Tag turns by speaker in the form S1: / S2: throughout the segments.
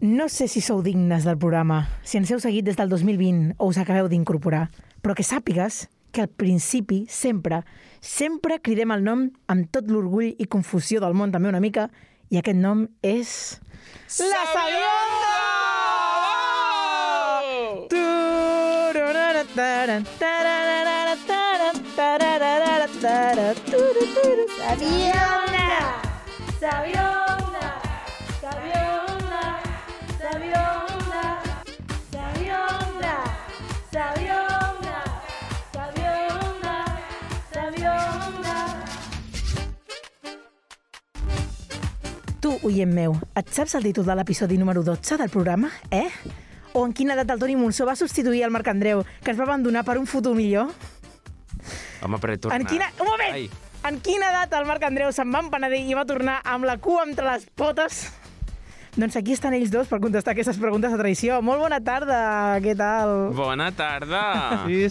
S1: No sé si sou dignes del programa, si ens heu seguit des del 2020 o us acabeu d'incorporar, però que sàpigues que al principi, sempre, sempre cridem el nom amb tot l'orgull i confusió del món també una mica, i aquest nom és... La Sabionda!
S2: Sabiona, Sabiona, Sabiona, Sabiona, Sabiona, Sabiona, Sabiona, Sabiona.
S1: Tu, oient meu, et saps el títol de l'episodi número 12 del programa, eh? O en quina edat el Toni Monzó va substituir el Marc Andreu, que es va abandonar per un futur millor?
S3: Home, però he tornat.
S1: En quina... Un moment!
S3: Ai,
S1: En quina edat el Marc Andreu se'n va empenedir i va tornar amb la cua entre les potes? Doncs aquí estan ells dos per contestar aquestes preguntes de traïció. Molt bona tarda, què tal?
S3: bona tarda. Sí.
S4: Sí,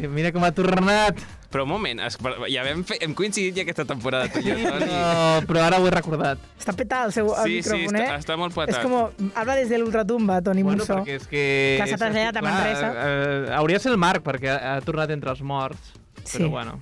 S4: sí, mira com ha tornat.
S3: Però un moment, es, per- ja hem, fe, hem coincidit ja aquesta temporada tu i jo, Toni.
S4: No, però ara ho he recordat.
S1: Està petat el seu el
S3: Sí, sí,
S1: micròfon,
S3: està-
S1: eh?
S3: està molt
S1: És
S3: petat.
S1: com... Habla des de l'ultratumba, Toni
S4: Bueno,
S1: Monzó.
S4: perquè és que...
S1: Que s'ha traslladat a
S4: Clar,
S1: Manresa.
S4: eh, hauria de ser el Marc, perquè ha, ha tornat entre els morts.
S1: Sí.
S4: Però bueno,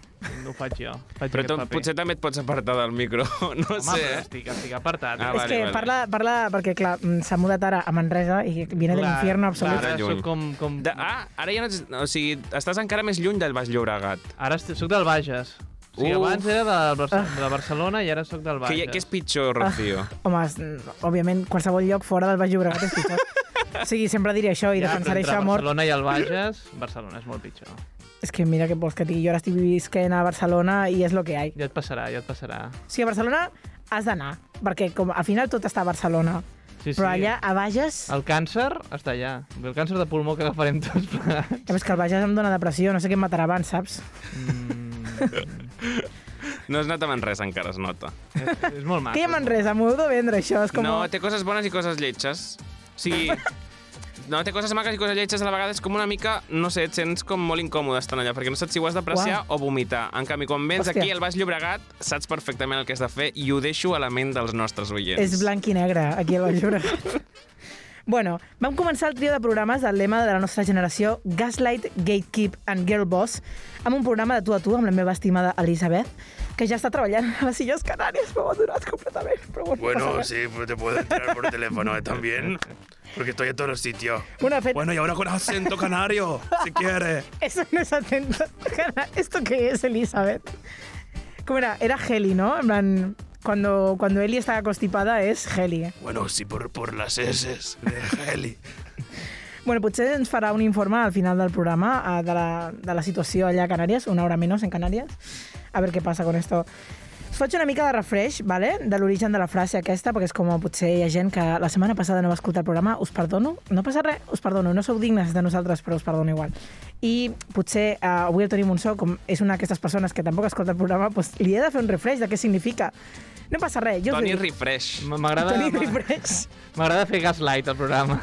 S4: no ho faig jo. Faig
S3: Però
S4: aquest
S3: tu
S4: paper.
S3: potser també et pots apartar del micro, no
S4: Home,
S3: sé.
S4: però
S3: eh?
S4: estic, estic apartat.
S3: Ah,
S1: és
S3: vale,
S1: que
S3: vale.
S1: parla, parla... Perquè, clar, mm, s'ha mudat ara a Manresa i viene de
S4: Clar,
S1: l'infierno absolut.
S4: clar, Ara
S3: Lluny.
S4: soc com... com...
S3: De, ah, ara ja no ets, o sigui, estàs encara més lluny del Baix Llobregat.
S4: Ara estic, soc del Bages. O sigui,
S3: Uf.
S4: abans era de, Barce
S1: Ah.
S4: de Barcelona i ara sóc del
S3: Que,
S4: Bages.
S3: hi- que és pitjor, Rocío?
S1: Home, és- òbviament, qualsevol lloc fora del Baix Llobregat és pitjor. o sigui, sempre diré això i ja, defensaré
S4: entre
S1: això a mort.
S4: Barcelona i el Bages, Barcelona és molt pitjor.
S1: És que mira què vols que et digui, jo ara estic visquent a Barcelona i és lo que hi ha.
S4: Ja et passarà, ja et passarà.
S1: O sigui, a Barcelona has d'anar, perquè com, al final tot està a Barcelona.
S4: Sí,
S1: Però allà, a Bages...
S4: El càncer està allà. El càncer de pulmó que agafarem tots plegats.
S1: Ja veus que el Bages em dóna depressió, no sé què em matarà abans, saps?
S4: Mm,
S3: No has anat a Manresa encara, es nota.
S4: és, és molt maco.
S1: Que ja Manresa, m'ho heu de vendre, això. És com...
S3: No, té coses bones i coses lletges. O sigui, no, té coses maques i coses lletges a la vegada. És com una mica, no sé, et sents com molt incòmode estant allà, perquè no saps si ho has d'apreciar o vomitar. En canvi, quan vens
S1: Hòstia.
S3: aquí al Baix Llobregat, saps perfectament el que has de fer i ho deixo a la ment dels nostres oients.
S1: És blanc i negre, aquí a la Llobregat. Bueno, vam començar el trio de programes del lema de la nostra generació Gaslight, Gatekeep and Girl Boss amb un programa de tu a tu amb la meva estimada Elisabet, que ja està treballant a les Illes Canàries, m'ho ha donat completament. Però bueno, no passa
S5: Bueno,
S1: res.
S5: sí, pues te puedo entrar por teléfono ¿eh? también, porque estoy en todos sitios.
S1: Bueno, de fet,
S5: Bueno, y ahora con acento canario, si quieres.
S1: Eso no es atento. ¿Esto qué es, Elizabeth? ¿Cómo era? Era Heli, ¿no? En plan, cuando, cuando Eli estaba constipada es Heli.
S5: Bueno, sí, por, por las heces de Heli.
S1: Bueno, potser ens farà un informe al final del programa eh, de la, de la situació allà a Canàries, una hora menys en Canàries. A veure què passa con esto. Us faig una mica de refresh, ¿vale? de l'origen de la frase aquesta, perquè és com potser hi ha gent que la setmana passada no va escoltar el programa, us perdono, no passa res, us perdono, no sou dignes de nosaltres, però us perdono igual. I potser eh, avui el Toni Monzó, com és una d'aquestes persones que tampoc escolta el programa, doncs li he de fer un refresh de què significa. No passa res, jo us ho
S3: Toni
S1: dic.
S3: Refresh.
S4: M- M'agrada
S1: Toni
S4: m'a-
S1: Refresh.
S4: m'agrada fer gaslight al programa.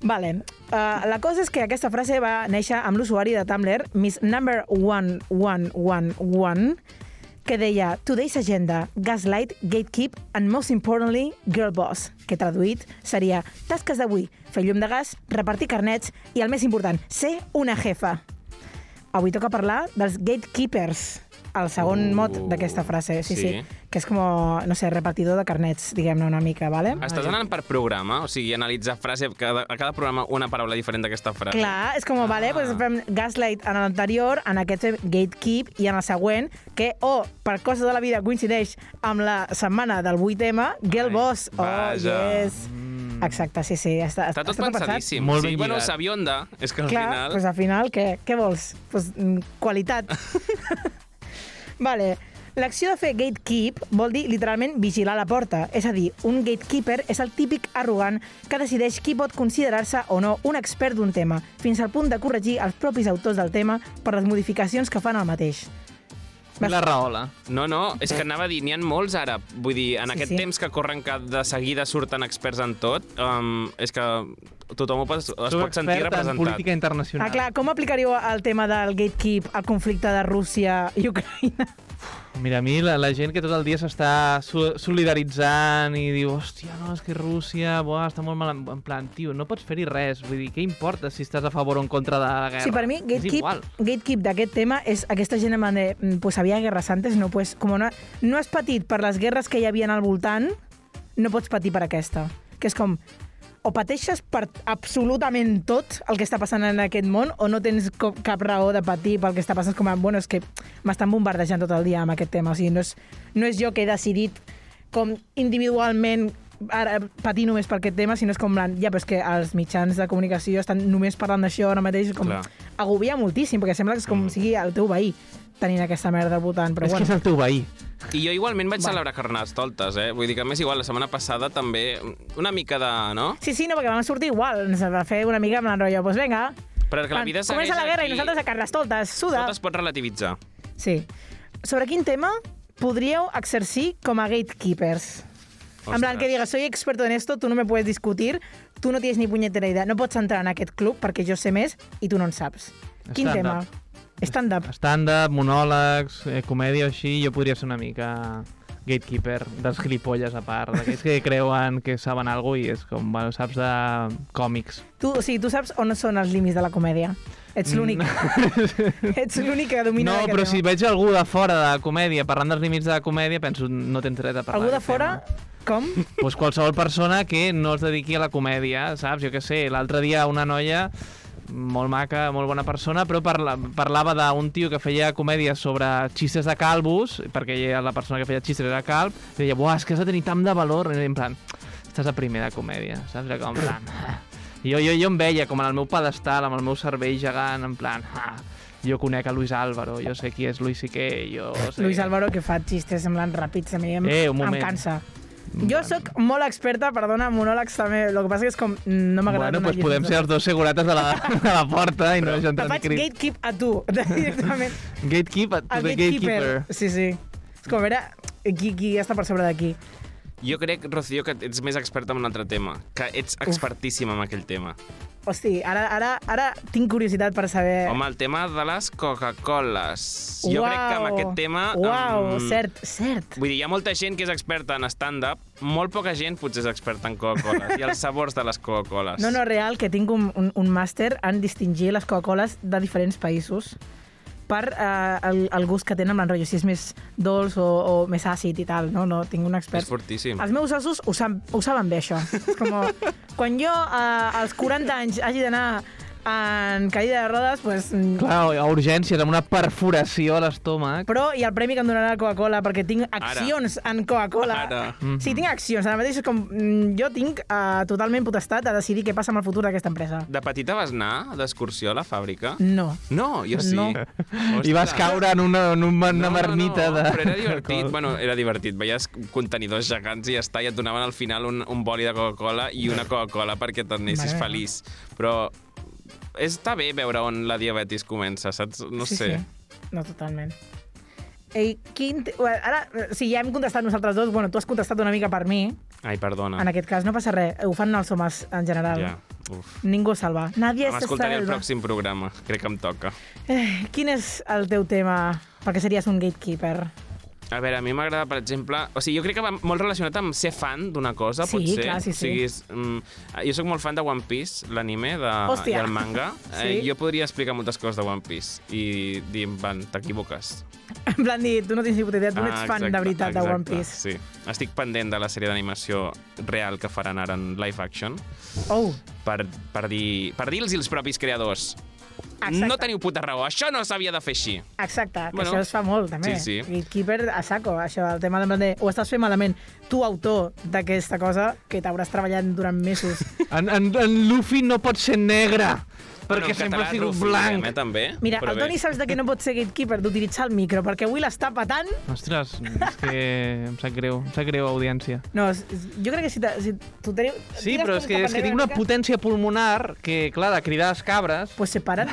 S1: Vale. Uh, la cosa és que aquesta frase va néixer amb l'usuari de Tumblr, Miss Number 1111, que deia Today's Agenda, Gaslight, Gatekeep and most importantly, Girl Boss, que traduït seria tasques d'avui, fer llum de gas, repartir carnets i el més important, ser una jefa. Avui toca parlar dels gatekeepers, el segon
S3: Uh,
S1: uh, mot d'aquesta frase, sí, sí,
S3: sí.
S1: sí, que és com, no sé, repartidor de carnets, diguem-ne una mica, vale?
S3: Estàs anant per programa? O sigui, analitzar frase a cada, a cada programa una paraula diferent d'aquesta frase.
S1: Clar, és com,
S3: Ah.
S1: vale, pues fem Gaslight en l'anterior, en aquest fem Gatekeep i en el següent, que o oh, per coses de la vida coincideix amb la setmana del 8M, Girl
S4: Ai,
S1: Boss. Oh,
S3: vaja.
S1: yes. Exacte, sí, sí. Està,
S3: Està tot
S1: està
S3: pensadíssim.
S4: Molt
S3: sí,
S4: ben
S3: bueno,
S4: lligat.
S3: sabionda, és que al
S1: Clar,
S3: final...
S1: pues al final, què, què vols? Pues, mm, qualitat. vale. L'acció de fer gatekeep vol dir literalment vigilar la porta. És a dir, un gatekeeper és el típic arrogant que decideix qui pot considerar-se o no un expert d'un tema, fins al punt de corregir els propis autors del tema per les modificacions que fan al mateix. Vas-
S4: La raola.
S3: No, no, és que anava a dir, n'hi ha molts ara. Vull dir, en
S1: Sí,
S3: sí, aquest
S1: sí.
S3: sí. temps que corren que de seguida surten experts en tot, um, és que tothom ho pot, es
S4: Sóc
S3: pot sentir
S4: experta en
S3: representat.
S4: política internacional.
S1: Ah, clar, com aplicaríeu el tema del gatekeep al conflicte de Rússia i Ucraïna?
S4: Mira, a mi la, la gent que tot el dia s'està so- solidaritzant i diu hòstia, no, és que Rússia, buah, està molt mal... En, en plan, tio, no pots fer-hi res. Vull dir, què importa si estàs a favor o en contra de la guerra?
S1: Sí, per mi,
S4: És
S1: gatekeep,
S4: igual.
S1: gatekeep d'aquest tema és aquesta gent en plan de, "Mm, pues havia guerres antes, no, pues, com no, no has patit per les guerres que hi havia al voltant, no pots patir per aquesta. Que és com, o pateixes per absolutament tot el que està passant en aquest món o no tens co- cap raó de patir pel que està passant. És Com, a, bueno, és que m'estan bombardejant tot el dia amb aquest tema. O sigui, no és, no és jo que he decidit com individualment ara patir només per aquest tema, sinó és com, en plan, ja, però és que els mitjans de comunicació estan només parlant d'això ara mateix, com
S3: Clar. Mm.
S1: agobia moltíssim, perquè sembla que és com sigui el teu veí tenint aquesta merda al voltant, però
S4: És que és
S1: bueno.
S4: el teu veí.
S3: I jo igualment vaig celebrar Carnestoltes, eh? Vull dir que, a més, igual, la setmana passada també una mica de... no?
S1: Sí, sí, no, perquè vam sortir igual, ens va fer una mica amb l'enrotllo, doncs pues vinga,
S3: Però que la vida
S1: Quan
S3: segueix
S1: Comença la guerra
S3: aquí,
S1: i nosaltres a Carnestoltes, suda.
S3: Tot es pot relativitzar.
S1: Sí. Sobre quin tema podríeu exercir com a gatekeepers? Ostres. En plan que digues, soy experto en esto, tú no me puedes discutir, tú no tienes ni punyetera idea, no pots entrar en aquest club perquè jo sé més i tu no en saps. Quin tema?
S4: Stand-up.
S1: Stand-up.
S4: Stand-up, monòlegs, eh, comèdia o així, jo podria ser una mica gatekeeper dels gilipolles a part, d'aquells que creuen que saben alguna i és com, bueno, saps de còmics.
S1: Tu, o sigui, tu saps on són els límits de la comèdia. Ets l'únic. Ets l'únic que domina
S4: Mm. no,
S1: aquest
S4: però
S1: tema.
S4: si veig algú de fora de comèdia parlant dels límits de la comèdia, penso, no tens dret a parlar
S1: Algú de
S4: d'aquest
S1: fora,
S4: tema.
S1: com?
S4: Pues qualsevol persona que no es dediqui a la comèdia, saps? Jo què sé, l'altre dia una noia molt maca, molt bona persona, però parla, parlava d'un tio que feia comèdia sobre xistes de calvos, perquè ella, la persona que feia xistes era calb, i deia, buah, és que has de tenir tant de valor, i en plan, estàs a primer de comèdia, saps? Era com, en plan, ah. I jo, jo, jo em veia com en el meu pedestal, amb el meu cervell gegant, en plan, ah, jo conec a Luis Álvaro, jo sé qui és Luis Siqué, jo sé...
S1: Luis Álvaro, que fa xistes semblant ràpids, a mi em,
S4: Eh, un
S1: em
S4: moment.
S1: cansa. Jo sóc molt experta, perdona, en monòlegs també. El que passa que és com... No m'agrada...
S4: Bueno,
S1: donar
S4: pues podem
S1: lliçons.
S4: ser els dos segurates de la, de la porta i no ens
S1: Te
S4: entrem
S1: faig gatekeep a tu, directament.
S4: Gatekeeper.
S1: El
S4: the
S1: gatekeeper.
S4: gatekeeper.
S1: Sí, sí. És com, a veure, qui, qui està per sobre d'aquí.
S3: Jo crec, Rocío, que ets més experta en un altre tema, que ets expertíssima en aquell tema.
S1: Hosti, ara, ara, ara tinc curiositat per saber...
S3: Home, el tema de les Coca-Coles. Jo crec que amb
S1: Uau.
S3: aquest tema...
S1: Uau,
S3: em,
S1: cert, cert.
S3: Vull dir, hi ha molta gent que és experta en stand-up, molt poca gent potser és experta en Coca-Coles i els sabors de les Coca-Coles.
S1: No, no, real, que tinc un, un, un màster en distingir les Coca-Coles de diferents països per eh, el, el gust que tenen amb l'enrotllo, si és més dolç o, o més àcid i tal, no? no tinc un expert.
S3: És fortíssim.
S1: Els meus ossos ho, sab ho saben bé, això. És com, quan jo eh, als 40 anys hagi d'anar en caïda de rodes, pues, mm,
S4: Clar, a urgències, amb una perforació a l'estómac.
S1: però i el premi que em donarà la Coca-Cola, perquè tinc accions en Coca-Cola.
S3: Ara. Mhm.
S1: Sí, tinc accions. Ara mateix és com, mm, jo tinc eh, totalment potestat de decidir què passa amb el futur d'aquesta empresa.
S3: De petita vas anar d'excursió a la fàbrica?
S1: No.
S3: No, jo sí.
S1: No.
S4: I vas
S3: Ostres.
S4: caure en una, en una, una marmita
S3: no, no,
S4: de...
S3: Però era divertit, bueno, era divertit. Veies contenidors gegants i ja està, i et donaven al final un, un boli de Coca-Cola i una Coca-Cola perquè te'n
S1: Mare
S3: anessis
S1: meva.
S3: feliç. Però està bé veure on la diabetis comença, saps? No
S1: sí,
S3: sé.
S1: Sí. No, totalment. Ei, quin... te- Bé, Ara, eh, si ja hem contestat nosaltres dos, bueno, tu has contestat una mica per mi,
S3: Ai, perdona.
S1: en aquest cas, no passa res, ho fan els homes en general.
S3: Ah. Ja, uf.
S1: Ningú es salva. Nadie se
S3: M'escoltaré el
S1: salva.
S3: pròxim programa. Crec que em toca.
S1: Eh, quin és el teu tema? Perquè series un gatekeeper.
S3: A veure, a mi m'agrada, per exemple... O sigui, jo crec que va molt relacionat amb ser fan d'una cosa,
S1: Sí,
S3: potser.
S1: clar, sí, sí.
S3: O sigui, és, mm, jo sóc molt fan de One Piece, l'anime de, i
S1: Hòstia.
S3: el manga.
S1: Sí.
S3: Eh, jo podria explicar moltes coses de One Piece i dir, van, t'equivoques. Ah,
S1: En plan, dir, tu no tens ni puta idea, tu no ets fan
S3: exacte,
S1: de veritat
S3: exacte,
S1: de One Piece.
S3: Sí. Estic pendent de la sèrie d'animació real que faran ara en live action
S1: Oh,
S3: per, per dir per dir-los els propis creadors.
S1: Exacte.
S3: No teniu puta raó, això no s'havia de fer així.
S1: exacte, que
S3: Bueno.
S1: això es fa molt, també.
S3: Sí, sí.
S1: Gatekeeper a saco, això, el tema de, de ho estàs fent malament, tu autor d'aquesta cosa que t'hauràs treballat durant mesos.
S4: En, en, en Luffy no pot ser negre. perquè
S3: en
S4: sempre
S3: català,
S4: ha sigut
S3: Rufirem, Eh,
S4: blanc.
S3: també.
S1: Mira,
S3: Però
S1: el
S3: bé.
S1: Toni saps de que no pot ser gatekeeper d'utilitzar el micro, perquè avui l'està patant.
S4: Ostres, és que em sap greu, em sap greu, audiència.
S1: No, és- és- jo crec que si, te, si tu teniu...
S4: Sí,
S1: tires
S4: però
S1: com
S4: és que,
S1: cap
S4: és que
S1: enrere
S4: tinc una
S1: mica,
S4: potència pulmonar que, clar, de cridar les cabres...
S1: Pues separa't.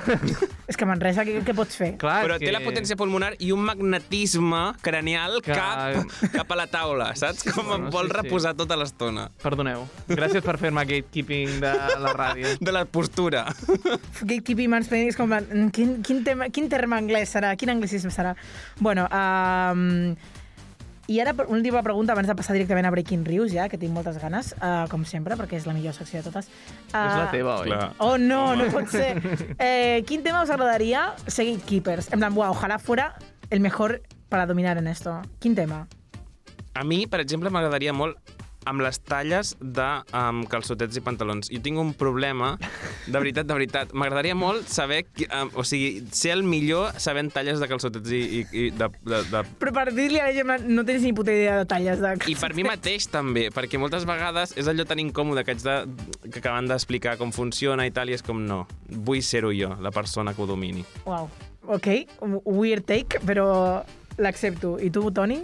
S1: és que a Manresa, què, què pots fer?
S4: Clar,
S3: Però
S4: és
S3: té
S4: que...
S3: la potència pulmonar i un magnetisme cranial
S4: Que-
S3: cap, cap a la taula, saps?
S4: Sí,
S3: Com
S4: bueno,
S3: em vol
S4: sí, sí.
S3: reposar tota l'estona.
S4: Perdoneu. Gràcies per fer-me gatekeeping de la ràdio.
S3: De la postura.
S1: Gatekeeping mansplaining és com... en plan, mm, Quin, quin, tema, quin terme anglès serà? Quin anglicisme serà? Bueno, um, i ara per- una última pregunta abans de passar directament a Breaking Rius, ja, que tinc moltes ganes, uh, com sempre, perquè és la millor secció de totes. Uh,
S4: És la teva, oi?
S3: Clar.
S1: Oh, no, no pot ser. Eh, ¿Qué tema os agradaría ser gatekeepers? En plan, wow, ojalá fuera el mejor para dominar en esto. ¿Qué tema?
S3: A mi, per exemple, m'agradaria molt amb les talles de um, calçotets i pantalons. Jo tinc un problema, de veritat, de veritat. M'agradaria molt saber, qui- um, o sigui, ser el millor sabent talles de calçotets i, i, i de, de, de...
S1: Pero para decirle a ella, en plan, no tenéis ni puta idea de tallas. De...
S3: I per mi mateix també, perquè moltes vegades és allò tan incòmode que haig de, que acaben d'explicar com funciona i tal, i és com no, vull ser-ho jo, la persona que ho domini.
S1: Wow. Ok, un weird take, pero la acepto. ¿Y tú, Tony?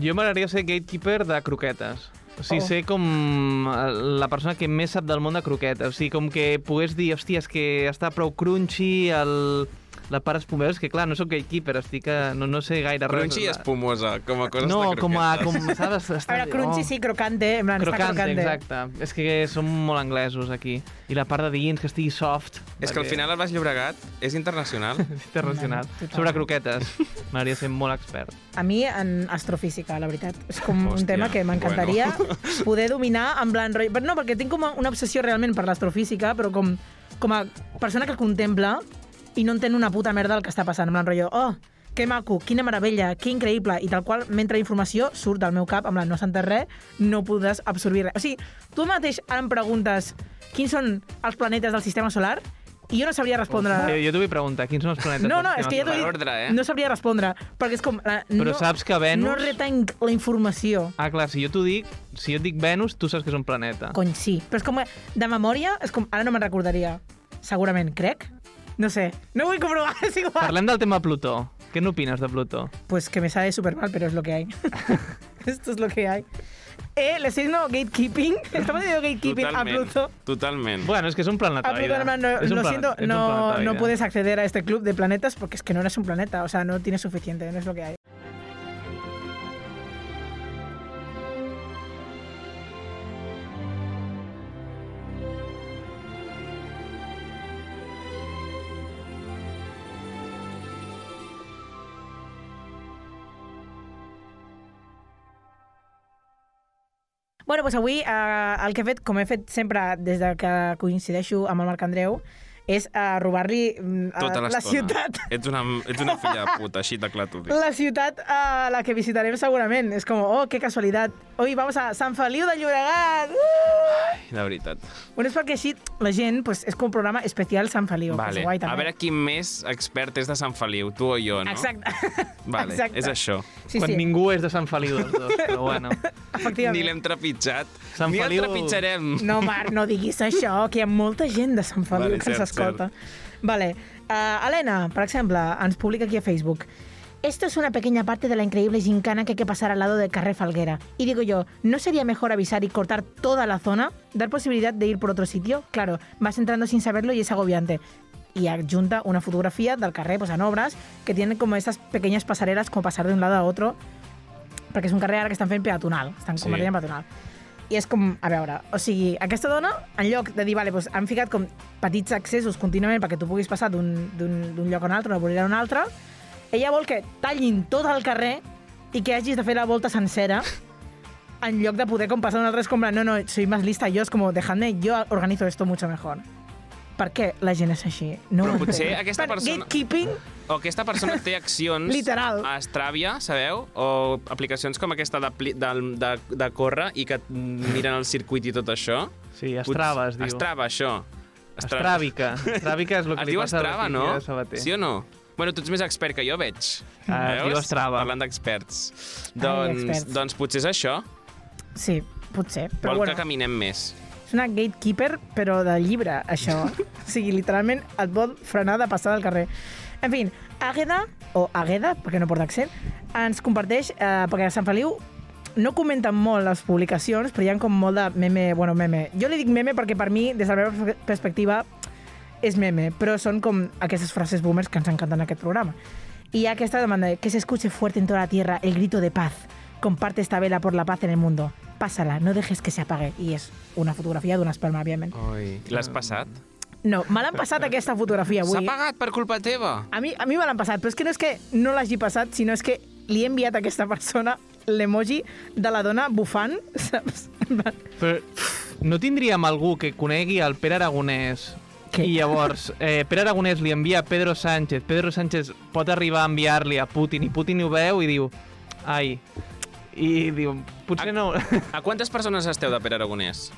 S4: Jo m'agradaria ser gatekeeper de croquetes. O sigui,
S1: Oh.
S4: oh. ser com eh, la persona que més sap del món de croquetes. O sigui, com que pogués dir, hòstia, és que està prou crunchy, el... la part espumosa, és que clar, no sóc gatekeeper, estic a... no, no sé gaire res. eh.
S3: Crunchy i espumosa, com a coses
S4: No,
S3: de
S4: com a...
S3: croquetes.
S4: Com, saps?
S1: A
S4: Està... oh,
S1: ver, crunchy sí, crocante. En plan, está
S4: Crocante,
S1: crocante.
S4: exacte. És que som molt anglesos aquí. I la part de dins, que estigui soft.
S3: És que al
S4: perquè-
S3: final el Baix Llobregat és internacional.
S4: És internacional.
S1: No, total.
S4: Sobre croquetes. M'agradaria ser molt expert.
S1: A mi, en astrofísica, la veritat. És com Hòstia, un
S3: Hòstia,
S1: tema que m'encantaria bueno. poder dominar en plan... rotllo- Però no, perquè tinc com una obsessió realment per l'astrofísica, però com, com a persona que contempla i no entén una puta merda el que està passant. En plan rotllo, oh, que maco, quina meravella, que increïble, i tal qual, mentre informació surt del meu cap, en plan, no s'entén res, no podràs absorbir res. O sigui, tu mateix ara em preguntes quins són els planetes del sistema solar i jo no sabria respondre...
S4: Jo, Eh, jo t'ho vull preguntar, quins són els planetes?
S1: No,
S4: del
S1: no, és
S4: sistema
S1: que ja t'ho
S4: solar?
S1: dic,
S3: Per ordre, eh?
S1: no ah, sabria respondre, perquè és com... La,
S4: Però
S1: no,
S4: saps que Venus-
S1: No retenc la informació.
S4: Ah, clar, si jo t'ho dic, si jo et dic Venus, tu saps que és un planeta.
S1: Cony, sí. Però és com... que eh, De memòria, és com... Ara no me'n recordaria. Segurament, crec. No sé. No vull comprovar, és igual.
S4: Parlem del tema Plutó. Què n'opines de Plutó?
S1: Pues que me sale súper mal, pero es lo que hay. Esto es lo que hay. Eh, le estoy diciendo gatekeeping. Estamos haciendo gatekeeping a Pluto.
S3: Totalment.
S4: Bueno, és que és un
S1: A Pluto,
S4: planetoide.
S1: hermano,
S4: és un
S1: Ah, lo
S4: planet-
S1: siento,
S4: és un
S1: no,
S4: planetoide.
S1: no puedes acceder a este club de planetas porque es que no eres un planeta. O sea, no tienes suficiente, no es lo que hay. Bueno, doncs avui eh, el que he fet, com he fet sempre des de que coincideixo amb el Marc Andreu, és eh, robar-li mm, eh,
S3: tota
S1: la
S3: l'estona.
S1: ciutat
S3: Ets una, ets una filla de puta, així de clar t'ho dic.
S1: la ciutat eh, a la que visitarem segurament. És com, oh, qué casualidad. Hoy vamos a Sant Feliu de Llobregat. Uh!
S3: De veritat.
S1: Bueno, és perquè així la gent, pues, és com un programa especial Sant Feliu. Que
S3: Vale.
S1: és guai, també.
S3: A veure qui més expert és de Sant Feliu, tu o jo, no?
S1: Exacte.
S3: Vale,
S1: Exacte.
S3: és això.
S1: Sí,
S4: Quan
S1: sí,
S4: ningú és de Sant Feliu dels dos, però bueno.
S3: Ni
S1: efectivament.
S3: l'hem trepitjat,
S4: Sant
S3: ni
S4: Feliu-
S3: el trepitjarem.
S1: No, Marc, no diguis això, que hi ha molta gent de Sant Feliu
S3: Mm. Vale,
S1: que ens
S3: cert,
S1: escolta. Vale. Uh, Elena, per exemple, ens publica aquí a Facebook. Esto es una pequeña parte de la increíble gincana que hay que pasar al lado del carrer Falguera. Y digo yo, ¿no sería mejor avisar y cortar toda la zona? ¿Dar posibilidad de ir por otro sitio? Claro, vas entrando sin saberlo y es agobiante. Y adjunta una fotografía del carrer, pues en obras, que tienen como estas pequeñas pasarelas como pasar de un lado a otro. Perquè és un carrer ara que estan fent peatonal, estan
S3: Sí.
S1: convertint en peatonal. I és com, a veure, o sigui, aquesta dona, en lloc de dir, vale, doncs han ficat com petits accessos contínuament perquè tu puguis passar d'un d'un- d'un lloc a un altre, una vorera a un altre, ella vol que tallin tot el carrer i que hagis de fer la volta sencera en lloc de poder com passar un altre, és com, no, no, soy más lista, yo es como, dejadme, yo organizo esto mucho mejor. Per què la gent és així? No
S3: Però
S1: ho entenc.
S3: potser aquesta
S1: Per
S3: persona-
S1: Gatekeeping,
S3: O aquesta persona té accions
S1: Literal.
S3: a Estràvia, sabeu? O aplicacions com aquesta de, de, de, de córrer i que et miren el circuit i tot això.
S4: Sí, Estrava es diu.
S3: Estrava, això. Estra-
S4: Estràvica. Estràvica és el que
S3: Es
S4: li
S3: diu
S4: passa
S3: Estrava,
S4: a la
S3: no?
S4: Cristina Sabater.
S3: Sí o no? Bueno, tu ets més expert que jo, veig.
S4: Ah, es diu
S3: Veus?
S4: Estrava.
S3: Parlant d'experts.
S1: Ai,
S3: Doncs,
S1: experts.
S3: doncs potser és això.
S1: sí, potser.
S3: Vol
S1: Però bueno,
S3: que caminem més.
S1: És una gatekeeper, però de llibre, això. o sigui, literalment et pot frenar de passar del carrer. En fi, Àgueda, o Àgueda, perquè no porta accent, ens comparteix, eh, perquè a Sant Feliu no comenten molt les publicacions, però hi ha com molt de meme, bueno, meme. Jo li dic meme perquè per mi, des de la meva perfe- perspectiva, és meme, però són com aquestes frases boomers que ens encanten en aquest programa. I hi ha aquesta demanda de que se escuche fuerte en toda la tierra el grito de paz. Comparte esta vela por la paz en el mundo. Pásala, no dejes que se apague. I és una fotografia d'una espelma, òbviament.
S3: Oi. L'has passat?
S1: No, me l'han passat aquesta fotografia
S3: S'ha
S1: avui. eh?
S3: pagat per culpa teva.
S1: A mi, a mi me l'han passat, però és que no és que no l'hagi passat, sinó és que li he enviat a aquesta persona l'emoji de la dona bufant, saps? En plan,
S4: Però no tindríem algú que conegui el Pere Aragonès
S1: Què?
S4: i llavors eh, Pere Aragonès li envia a Pedro Sánchez, Pedro Sánchez pot arribar a enviar-li a Putin i Putin ho veu i diu, ai, i diu, potser no...
S3: A quantes persones esteu de Pere Aragonès?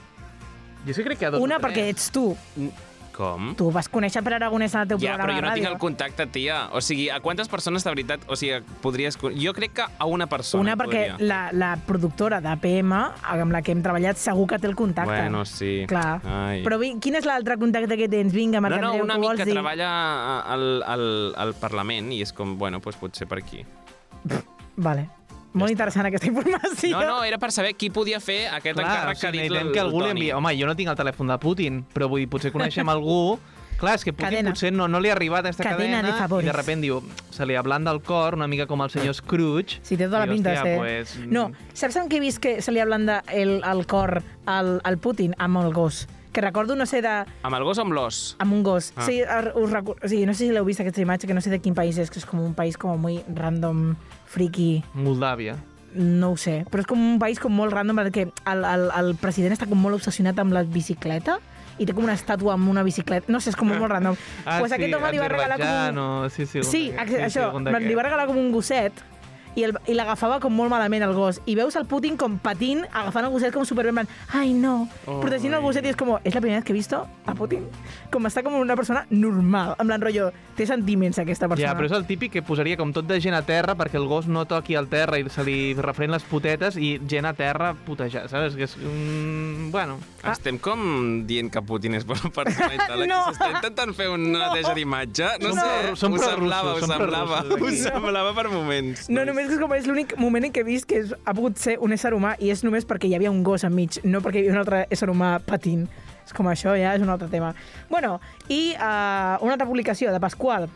S4: Jo sí crec que hi ha dos
S1: Una,
S4: o tres.
S1: perquè ets tu.
S3: Com?
S1: Tu vas conèixer per Aragonès en el teu
S3: Ja,
S1: programa
S3: però jo
S1: de
S3: no tinc
S1: ràdio.
S3: el contacte, tia. O sigui, a quantes persones de veritat... O sigui, podries... con- Jo crec que a una persona
S1: Una perquè
S3: podria.
S1: la, la productora d'APM, amb la que hem treballat, segur que té el contacte.
S3: Bueno, sí.
S1: Clar.
S3: Ai.
S1: Però vi- quin és l'altre contacte que tens? Vinga, Marc
S3: no, no,
S1: Andreu,
S3: un
S1: tu
S3: amic
S1: vols
S3: que
S1: dir?
S3: treballa a- al, al, al Parlament i és com, bueno, doncs potser per aquí.
S1: Vale. Molt interessant aquesta informació.
S3: No, no, era per saber qui podia fer aquest
S4: Clar,
S3: encàrrec que ha dit
S4: necessitem
S3: el,
S4: que algú
S3: el
S4: li
S3: Toni.
S4: enviï. Home, jo no tinc el telèfon de Putin, però vull dir, potser coneixem algú... Clar, és que Putin
S1: Cadena.
S4: potser no, no li ha arribat a aquesta
S1: Cadena
S4: cadena,
S1: de favores.
S4: i de repente diu, se li ablanda el cor, una mica com el senyor Scrooge.
S1: Sí, té tota la
S4: i,
S1: pinta de ser.
S4: hòstia, Pues, mm.
S1: No, saps amb què he vist que se li ablanda el, el cor al, al Putin? Amb el gos. Que recordo, no sé, de,
S3: Amb el gos o amb l'os?
S1: amb un gos. Ah.
S3: Ah.
S1: Sí, ar- us recu... o sigui, no sé si l'heu vist aquesta imatge, que no sé de quin país és, que és com un país com muy random, friki,
S4: Moldàvia.
S1: no ho sé. Però és com un país com molt random, perquè el, el, el president està com molt obsessionat amb la bicicleta i té com una estàtua amb una bicicleta. No sé, és com molt random.
S4: Ah,
S1: pues aquest home li va regalar com un...
S4: Azerbaidjan, o- Sí, sí, algun
S1: Sí,
S4: d'aquests,
S1: ex- això, sí,
S4: algun
S1: li va
S4: d'aquests.
S1: regalar com un gosset i el- i l'agafava com molt malament el gos. I veus el Putin com patint, agafant el gosset com superben, en plan, ai no, protegint el
S4: Ai.
S1: gosset i és com, és la primera vez que he visto a Putin com està com una persona normal, amb l'enrotllo, té sentiments aquesta persona.
S4: Ja, però és el típic que posaria com tot de gent a terra perquè el gos no toqui al terra i se li refren les putetes i gent a terra putejar, saps? Que és... Mm, bueno,
S3: Ah. Estem com dient que Putin és bona persona i tal.
S1: No.
S3: no. S'està intentant fer una neteja d'imatge. No,
S4: Som
S3: sé,
S4: pro- som
S3: ho semblava,
S4: prorussos,
S3: ho
S4: som
S3: semblava.
S4: prorussos,
S3: Ho
S4: aquí.
S3: semblava per moments.
S1: No, només que és com és l'únic moment en què he vist que és, ha pogut ser un ésser humà i és només perquè hi havia un gos enmig, no perquè hi havia un altre ésser humà patint. És com això, ja és un altre tema. Bueno, i uh, una altra publicació de Pasqual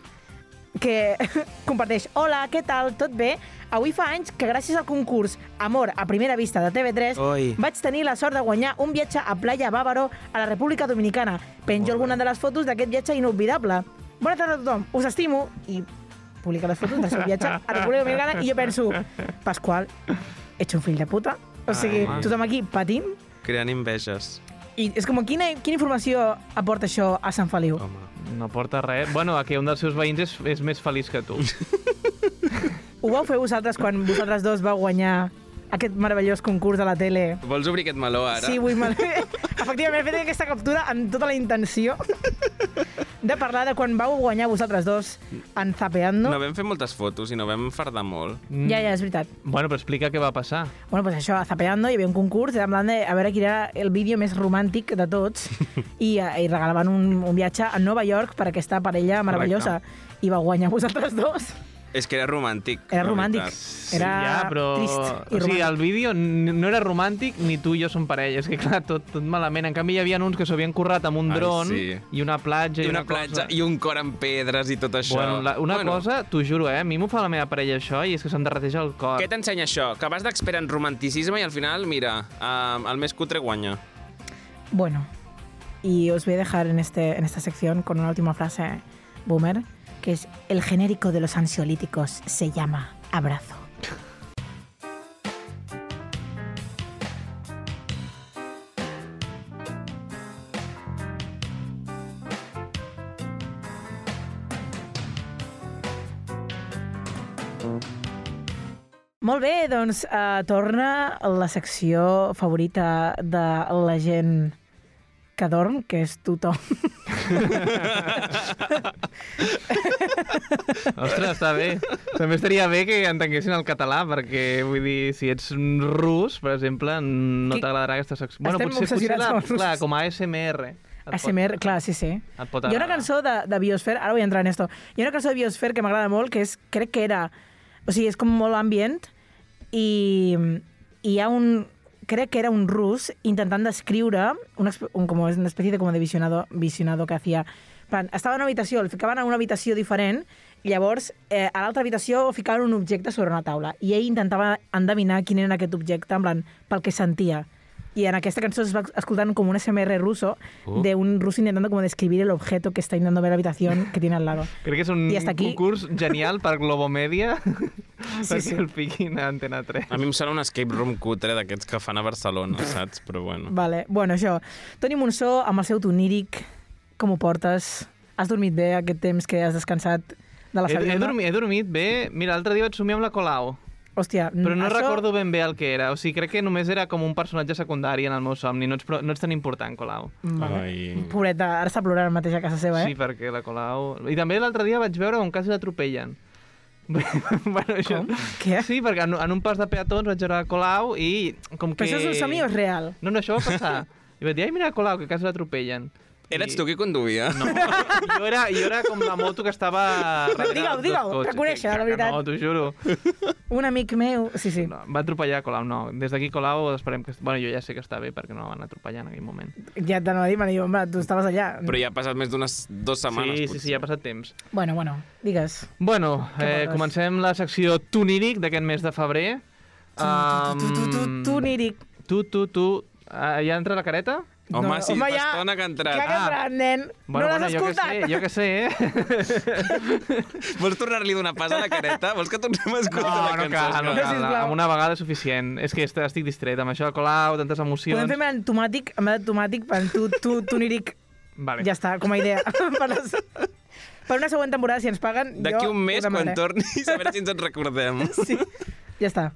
S1: que comparteix Hola, què tal? Tot bé? Avui fa anys que gràcies al concurs Amor a primera vista de TV3
S3: Oi.
S1: vaig tenir la sort de guanyar un viatge a Playa Bávaro a la República Dominicana. Penjo alguna de les fotos d'aquest viatge inoblidable. Bona tarda a tothom, us estimo i publica les fotos del seu viatge a República Dominicana i jo penso, Pasqual, ets un fill de puta. O sigui,
S3: Ai, home.
S1: tothom aquí patint
S3: Creant enveges.
S1: i és com, quina, quina informació aporta això a Sant Feliu?
S3: Home.
S4: no porta res. Bueno, que un dels seus veïns és, és més feliç que tu.
S1: Ho vau fer vosaltres quan vosaltres dos vau guanyar aquest meravellós concurs de la tele?
S3: Vols obrir aquest meló ara?
S1: Sí, vull mal... Efectivament, he fet aquesta captura amb tota la intenció de parlar de quan vau guanyar vosaltres dos en Zapeando.
S3: No vam fer moltes fotos i no vam fardar molt.
S4: Mm.
S1: Ja, ja, és veritat.
S4: Bueno, però explica què va passar.
S1: Bueno, pues això, a Zapeando hi havia un concurs, era en plan de a veure quin era el vídeo més romàntic de tots, i, eh, i regalaven un, un viatge a Nova York per aquesta parella meravellosa. I va guanyar vosaltres dos.
S3: És que era romàntic.
S1: Era
S3: la
S1: romàntic.
S3: veritat.
S1: Era
S4: ja, però...
S1: trist i
S4: O
S1: romàntic.
S4: sigui, el vídeo n- no era romàntic ni tu i jo som parella. És que, clar, tot, tot malament. En canvi, hi havia uns que s'havien currat amb un
S3: Ai,
S4: dron
S3: sí.
S4: i una platja
S3: I
S4: i
S3: una platja
S4: cosa.
S3: i un cor amb pedres i tot això.
S4: Bueno, la, una
S3: Bueno,
S4: bueno. cosa, t'ho juro, eh? A mi m'ho fa la meva parella això i és que se'm derreteix el cor.
S3: Què t'ensenya això? Que vas d'expert en romanticisme i al final, mira, eh, el més cutre guanya.
S1: Bueno, y os voy a dejar en, este, en esta sección con una última frase, Boomer, que es el genérico de los ansiolíticos se llama abrazo. Molt bé, doncs eh, torna la secció favorita de la gent que dorm, que és tothom.
S4: Ostres, està bé. També estaria bé que entenguessin el català, perquè, vull dir, si ets rus, per exemple, no
S1: Qui-
S4: t'agradarà aquesta secció. Bueno,
S1: Estem
S4: potser, potser
S1: obsessionats
S4: la,
S1: amb els russos.
S4: clar, com a ASMR. Et pot-
S1: ASMR, clar, sí, sí.
S4: Et pot
S1: Hi ha una
S4: agradar.
S1: cançó de, de Biosphere, ara vull entrar en esto, hi ha una cançó de Biosphere que m'agrada molt, que és, crec que era, o sigui, és com molt ambient, i, i hi ha un, crec que era un rus intentant descriure una, exp- un, com una espècie de, com de visionado, visionado que hacía plan, estava en una habitació, el ficaven en una habitació diferent, llavors eh, a l'altra habitació ficaven un objecte sobre una taula i ell intentava endevinar quin era aquest objecte en plan, pel que sentia. I en aquesta cançó es va escoltant com un SMR ruso
S4: Oh.
S3: Uh.
S1: de un ruso intentando como describir el objeto que está intentando ver la habitación que tiene al lado.
S4: Crec que és un
S1: I hasta aquí.
S4: concurs genial per Globomedia, Ah, sí, perquè
S1: sí.
S4: el piquin a Antena 3.
S3: A mi em sona un escape room cutre d'aquests que fan a Barcelona, saps? Però bueno.
S1: Vale, bueno, això. Toni Monsó, amb el seu toníric, com ho portes? Has dormit bé aquest temps que has descansat de la
S4: He, he,
S1: Saviona?
S4: dormit, he dormit bé. Mira, l'altre dia vaig somiar amb la Colau,
S1: Hòstia,
S4: però
S1: Mm,
S4: no
S1: això...
S4: recordo ben bé el que era. O sigui, crec que només era com un personatge secundari en el meu somni. No ets, pro- no ets tan important, Colau.
S1: Vale.
S3: Ai.
S1: Pobreta, ara està plorant mateix a casa seva, eh?
S4: Sí, perquè la Colau... I també l'altre dia vaig veure on quasi l'atropellen. bueno, això...
S1: Com? Què?
S4: Sí, perquè en, en un pas de peatons vaig veure la Colau i com que...
S1: Però això és un somni o és real?
S4: No, no, això va passar. I vaig dir, ai, mira, Colau, que quasi l'atropellen.
S3: Eres
S4: I-
S3: tu qui conduïa? No.
S4: Jo era, jo era com la moto que estava...
S1: Digue-ho,
S4: darrere dels dos
S1: digue-ho,
S4: cotxes.
S1: reconèixer, la
S4: Que
S1: veritat.
S4: No, t'ho juro.
S1: Un amic meu... Sí, sí.
S4: No, va atropellar Colau, no. Des d'aquí Colau esperem que... Bueno, jo ja sé que està bé perquè no la van atropellar en aquell moment.
S1: Ja t'anava a dir, m'anava a dir, home, tu estaves allà.
S3: Però ja ha passat més d'unes dues setmanes,
S4: sí, sí, sí, ja ha passat temps.
S1: Bueno, bueno, digues.
S4: Bueno,
S1: Què
S4: eh,
S1: portes?
S4: comencem la secció Tuníric d'aquest mes de febrer.
S1: Um... Tu, tu, tu,
S4: Mm.
S1: tu, tu, Níric.
S4: tu, tu, tu. Ah, ja entra la careta?
S3: Home,
S1: No,
S3: sí,
S1: home,
S3: home,
S1: ja.
S3: ja... que ha entrat.
S1: Clar que
S4: Ah.
S1: entrat, nen. no l'has
S4: jo que
S1: escoltat.
S4: sé, jo que sé, eh?
S3: Vols tornar-li d'una pas a la careta? Vols que tornem a
S4: No,
S3: escoltar la
S4: no
S3: cançó?
S4: cal, no cal.
S1: sisplau.
S4: Amb una vegada és suficient. És que est- estic distret amb això, Colau, tantes emocions.
S1: Podem fer en automàtic, en mode automàtic, per tu, tu, tu, Níric.
S4: Vale.
S1: Ja està, com a idea. per, les... per una següent temporada, si ens paguen,
S3: D'aquí
S1: jo
S3: un mes,
S1: ho
S3: quan
S1: demanaré.
S3: tornis, a veure si ens en recordem.
S1: Sí, ja està.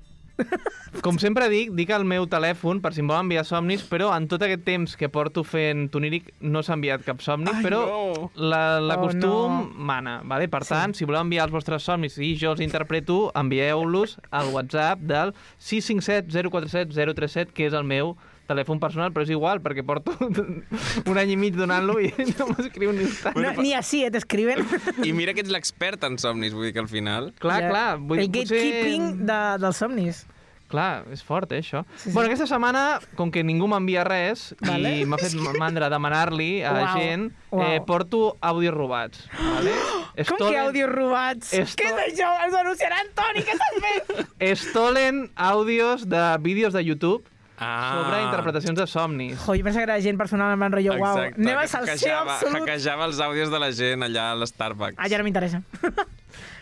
S4: Com sempre dic, dic el meu telèfon per si em volen enviar somnis, però en tot aquest temps que porto fent Tuníric no s'ha enviat cap somni,
S3: Ai,
S4: però
S3: no.
S4: la, la
S1: Oh,
S4: costum
S1: no.
S4: mana. Vale? Per
S1: Sí.
S4: tant, si voleu enviar els vostres somnis i jo els interpreto, envieu-los al WhatsApp del 657 047 037, que és el meu telèfon personal, però és igual, perquè porto un any i mig donant-lo i no m'escriu ni un tant.
S1: No, ni així, eh, t'escriuen.
S3: I mira que ets l'expert en somnis, vull dir que al final...
S4: Clar,
S1: Ja.
S4: clar. Vull dir,
S1: El
S4: potser-
S1: gatekeeping de, dels somnis.
S4: Clar, és fort, eh, això.
S1: Sí, sí.
S4: Bueno, aquesta setmana, com que ningú m'envia res
S1: Vale.
S4: i m'ha fet mandra demanar-li a
S1: Uau,
S4: gent, eh,
S1: uau.
S4: porto àudios robats. Vale?
S1: Com que àudios robats?
S4: Esto-
S1: Què és això? Ens denunciaran, Toni, què estàs fent?
S4: Estolen àudios de vídeos de YouTube
S3: Ah.
S4: sobre interpretacions de somnis.
S1: Jo, jo pensava que era gent personal en plan rotllo, uau,
S3: Exacte,
S1: anem a
S3: que
S1: salseo
S3: hackejava-
S1: absolut.
S3: Hackejava els àudios de la gent allà a l'Starbucks.
S1: Ah, ja no m'interessa.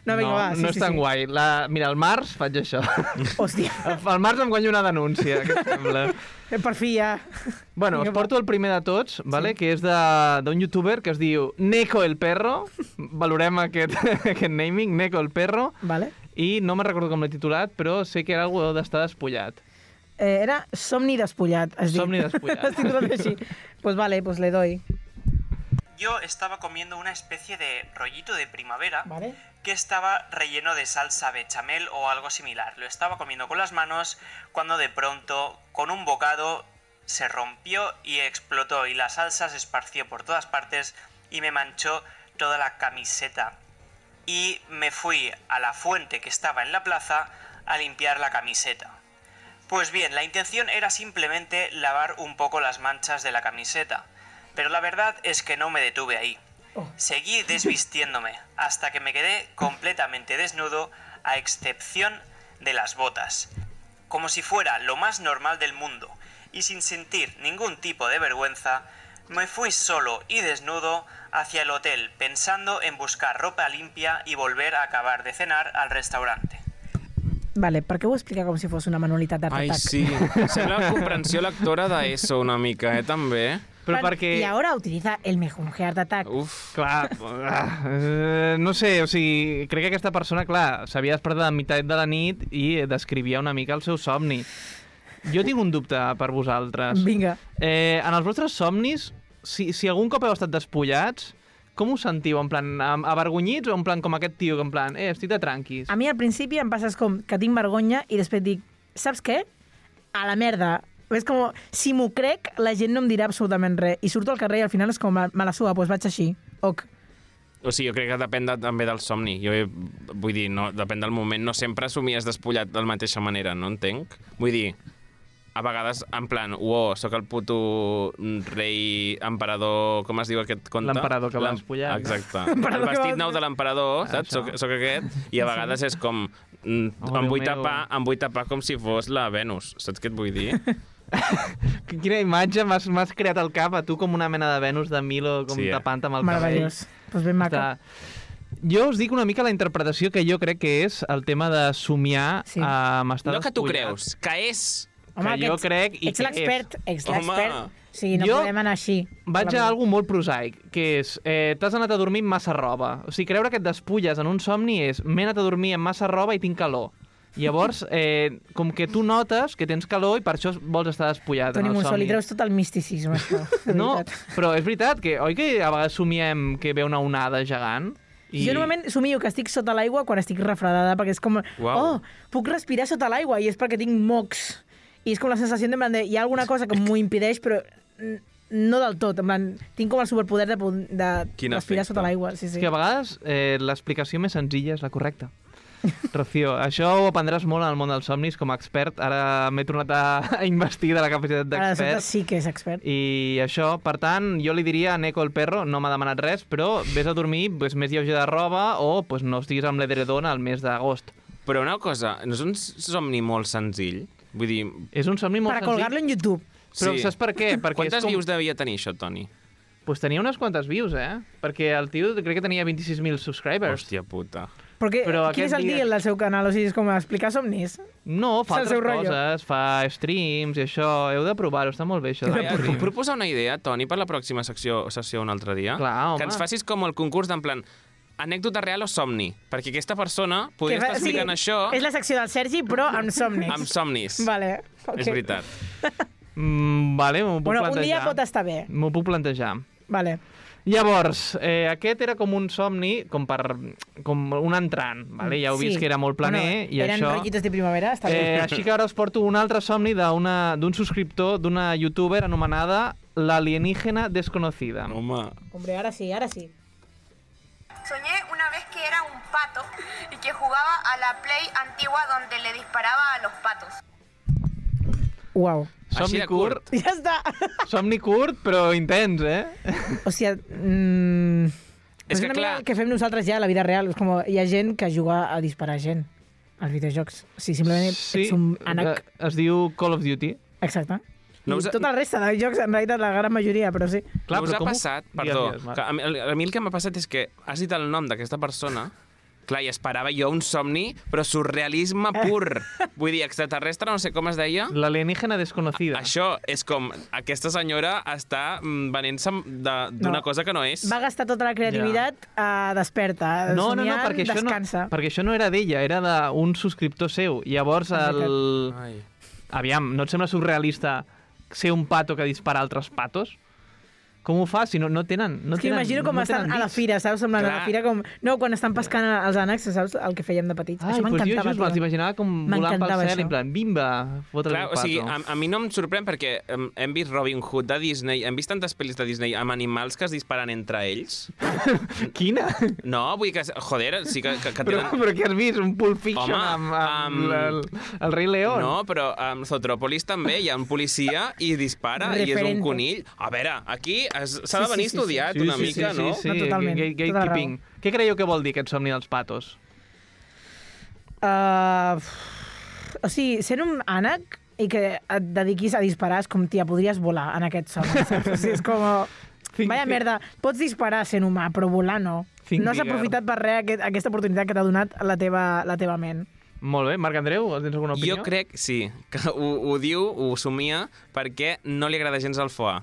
S1: No, vinga,
S4: no,
S1: va. Sí,
S4: no
S1: sí,
S4: és tan
S1: sí.
S4: guai. La, mira, al març faig això.
S1: Hòstia,
S4: Al març em guanyo una denúncia, què et sembla?
S1: Eh, per fi ja...
S4: Bueno, us
S1: Vinga, va.
S4: porto el primer de tots, vale? sí. que és de- d'un youtuber que es diu Neko el Perro. Valorem aquest, aquest naming, Neko el Perro.
S1: Vale.
S4: I no me'n recordo com l'he titulat, però sé que era algú d'estar despullat.
S1: Eh, era Somni despullat, has dit.
S4: Somni despullat.
S1: Has titulat així. Pues vale, pues le doy.
S6: Yo estaba comiendo una especie de rollito de primavera
S1: Vale.
S6: que estaba relleno de salsa bechamel o algo similar. Lo estaba comiendo con las manos cuando de pronto, con un bocado, se rompió y explotó y la salsa se esparció por todas partes y me manchó toda la camiseta. Y me fui a la fuente que estaba en la plaza a limpiar la camiseta. Pues bien, la intención era simplemente lavar un poco las manchas de la camiseta, pero la verdad es que no me detuve ahí. Seguí desvistiéndome hasta que me quedé completamente desnudo a excepción de las botas, como si fuera lo más normal del mundo, y sin sentir ningún tipo de vergüenza, me fui solo y desnudo hacia el hotel pensando en buscar ropa limpia y volver a acabar de cenar al restaurante.
S1: Vale, per què ho explica com si fos una manualitat d'Art
S3: Ai,
S1: Attack?
S3: sí. Sembla comprensió lectora d'ESO una mica, eh, també.
S4: Però
S1: Plan,
S4: perquè... Uh,
S1: Y ahora utiliza el mejunje Art Attack.
S3: Uf.
S4: Clar, ah, eh, no sé, o sigui, crec que aquesta persona, clar, s'havia despertat a meitat de la nit i descrivia una mica el seu somni. Jo tinc un dubte per vosaltres.
S1: Vinga.
S4: Eh, en els vostres somnis si, si algun cop heu estat despullats, com us sentiu? En plan, am- avergonyits o en plan com aquest tio, que en plan, eh, estic de tranquis?
S1: A mi al principi em passes com que tinc vergonya i després dic, saps què? A la merda. És com, si m'ho crec, la gent no em dirà absolutament res. I surto al carrer i al final és com, me la suba, doncs vaig així. Ok.
S3: O sigui, jo crec que depèn de, també del somni. Jo he, vull dir, no, depèn del moment. No sempre somies despullat de la mateixa manera, no entenc? Vull dir, a vegades, en plan, uo, sóc el puto rei emperador... Com es diu aquest conte?
S4: L'emperador que va
S3: L'em-
S4: despullar, no?
S3: Exacte.
S1: L'emperador
S3: el
S1: que va
S3: vestit nou
S1: despullar.
S3: de l'emperador,
S4: Ah,
S3: saps? Soc, soc aquest. I a vegades és com... mm, em,
S4: Oh, Déu
S3: vull
S4: meu.
S3: tapar, em vull tapar com si fos la Venus. Saps què et vull dir?
S4: Qu- Quina imatge m'has m'has creat al cap a tu com una mena de Venus de Milo, com
S3: Sí, eh?
S4: tapant amb el cabell.
S1: Meravellós. Doncs ben maca.
S4: Està- Jo us dic una mica la interpretació que jo crec que és el tema de somiar eh,
S1: Sí.
S4: amb estar
S3: No que tu
S4: despullat.
S3: creus, que és...
S1: Home,
S4: que jo
S1: ets-
S4: crec i
S1: ets
S4: que
S1: l'expert, ets
S3: Home.
S1: l'expert. Sí, no
S4: Jo
S1: podem anar així.
S4: Vaig a algo molt prosaic, que és eh, t'has anat a dormir amb massa roba. O sigui, creure que et despulles en un somni és m'he anat a dormir amb massa roba i tinc calor. Llavors, eh, com que tu notes que tens calor i per això vols estar despullat
S1: Toni
S4: en el
S1: Monsol,
S4: somni.
S1: li treus tot el misticisme, això. de
S4: No,
S1: veritat.
S4: però és veritat que, oi que a vegades somiem que ve una onada gegant?
S1: I... Jo normalment somio que estic sota l'aigua quan estic refredada, perquè és com,
S3: Uau.
S1: oh, puc respirar sota l'aigua, i és perquè tinc mocs. I és com la sensació de, en plan de hi ha alguna cosa que m'ho impedeix, però n- no del tot. En plan, tinc com el superpoder de, pu- de
S3: Quin
S1: respirar
S3: efecte.
S1: sota l'aigua. Sí, sí.
S4: És que a vegades eh, l'explicació més senzilla és la correcta. Rocío, això ho aprendràs molt en el món dels somnis com a expert. Ara m'he tornat a, a investir de la
S1: Ara,
S4: capacitat
S1: de sobte,
S4: d'expert.
S1: sí que Ah, és expert.
S4: I això, per tant, jo li diria a Neko el perro, no m'ha demanat res, però vés a dormir pues, més lleuger de roba o pues, no estiguis amb l'edredon al mes d'agost.
S3: Però una cosa, no és un somni molt senzill? Vull dir,
S4: És un somni molt
S1: Per colgar-lo en YouTube.
S4: Però
S3: Sí.
S4: saps per què? Perquè
S3: Quantes
S4: és com...
S3: vius devia tenir això, Toni?
S4: Pues tenia unes quantes views, eh? Perquè el tio crec que tenia 26.000 subscribers.
S3: Hòstia puta.
S1: Però, que,
S4: Però
S1: quin
S4: aquest
S1: és el
S4: dia-
S1: deal del seu canal? O sigui, és com explicar somnis.
S4: No, fa
S1: És el seu rotllo.
S4: altres coses, fa streams i això. Heu de provar-ho, està molt bé això.
S3: Ai, et
S4: de
S3: puc Eh, proposar una idea, Toni, per la pròxima secció, sessió un altre dia?
S4: Clar, home.
S3: Que ens facis com el concurs d'en plan anècdota real o somni, perquè aquesta persona podria
S1: Que fa-
S3: estar explicant
S1: sí,
S3: això
S1: És la secció del Sergi, però amb somnis.
S3: amb somnis.
S1: Vale. ok.
S3: És veritat.
S4: Mm, vale, m'ho puc
S1: Bueno, un
S4: plantejar.
S1: dia pot estar bé.
S4: M'ho puc plantejar.
S1: Vale.
S4: Llavors, eh, aquest era com un somni, com per com un entrant, vale? ja heu vist que era molt planer
S1: bueno,
S4: i
S1: eren
S4: això...
S1: Eren rotllitos de primavera, està bé.
S4: Eh, així que ara us porto un altre somni d'una- d'un subscriptor, d'una youtuber anomenada l'alienígena desconocida.
S3: Home,
S1: Hombre, ahora sí, ahora sí.
S7: Soñé una vez que era un pato y que jugaba a la Play antigua donde le disparaba a los patos.
S1: Uau.
S3: Així
S4: Somni
S3: de
S4: curt,
S3: curt.
S1: Ja està.
S4: somni curt, però intens, eh?
S1: O sigui, mm,
S3: És
S1: és
S3: que,
S1: una
S3: clar-
S1: mica el que fem nosaltres ja a la vida real. És com, hi ha gent que juga a disparar gent als videojocs. O sigui, simplement ets un ànec.
S4: eh, es diu Call of Duty.
S1: Exacte.
S3: No
S1: No,
S3: us-
S1: I tota la resta de jocs, en realitat, la gran majoria, però sí.
S3: Clar, us
S4: però
S3: ha
S4: com ho-
S3: passat,
S4: Digues,
S3: perdó,
S4: digues, Marc.
S3: que a, mi, a mi el que m'ha passat és que has dit el nom d'aquesta persona, clar, i esperava jo un somni, però surrealisme pur. Vull dir, extraterrestre, no sé com es deia.
S4: L'alienígena desconocida.
S3: Això és com, aquesta senyora està mm, venent-se de- d'una
S1: No.
S3: cosa que no és.
S1: Va gastar tota la creativitat a desperta,
S4: No, no,
S1: somiant,
S4: no, perquè això no,
S1: descansa.
S4: perquè això no era d'ella, era d'un subscriptor seu. Llavors, el...
S3: Ai.
S4: aviam, no et sembla surrealista ser un pato que dispara altres patos? Com ho fa si no, no tenen... No
S1: és que
S4: tenen,
S1: imagino com
S4: no
S1: estan
S4: tenen
S1: a la
S4: dits?
S1: fira, saps? Semblant a la
S3: Clar.
S1: fira com... No, quan estan pescant els ànecs, saps? El que fèiem de petits.
S4: Ai,
S1: això
S4: doncs jo
S1: m'encantava.
S4: just me'ls
S1: tio.
S4: imaginava com volant pel
S1: M'encantava
S4: cel,
S1: això.
S4: en plan, bimba, fotre
S3: Clar,
S4: un
S3: o
S4: pato.
S3: sigui, a, a mi no em sorprèn perquè hem, hem vist Robin Hood de Disney, hem vist tantes pel·lis de Disney amb animals que es disparen entre ells.
S4: Quina?
S3: No, vull dir que... Joder, sí que, que, que
S4: Però,
S3: tenen...
S4: però què has vist? Un Pulp Fiction
S3: Home,
S4: amb, amb,
S3: amb-
S4: el, el rei León?
S3: No, però amb Zootropolis també hi ha un policia i dispara i és un
S1: Referente.
S3: conill. A veure, aquí es- s'ha de
S1: Sí, sí,
S3: venir
S1: sí, sí.
S3: estudiat una mica,
S4: sí,
S3: no?
S4: Sí, sí,
S1: No, totalment,
S4: ga- ga-
S1: tota la
S4: Gatekeeping. Què creieu que vol dir aquest somni dels patos?
S1: Uh, o sigui, sent un ànec i que et dediquis a disparar és com, tia, podries volar en aquest somni, saps? O sigui, és com...
S4: Think
S1: Vaya
S4: big.
S1: merda, pots disparar sent humà, però volar no.
S4: Think
S1: no has
S4: bigger.
S1: aprofitat per res aquest, aquesta oportunitat que t'ha donat la teva, la teva ment.
S4: Molt bé, Marc Andreu, tens alguna opinió?
S3: Jo crec, sí, que ho, ho diu, ho somia, perquè no li agrada gens el foie.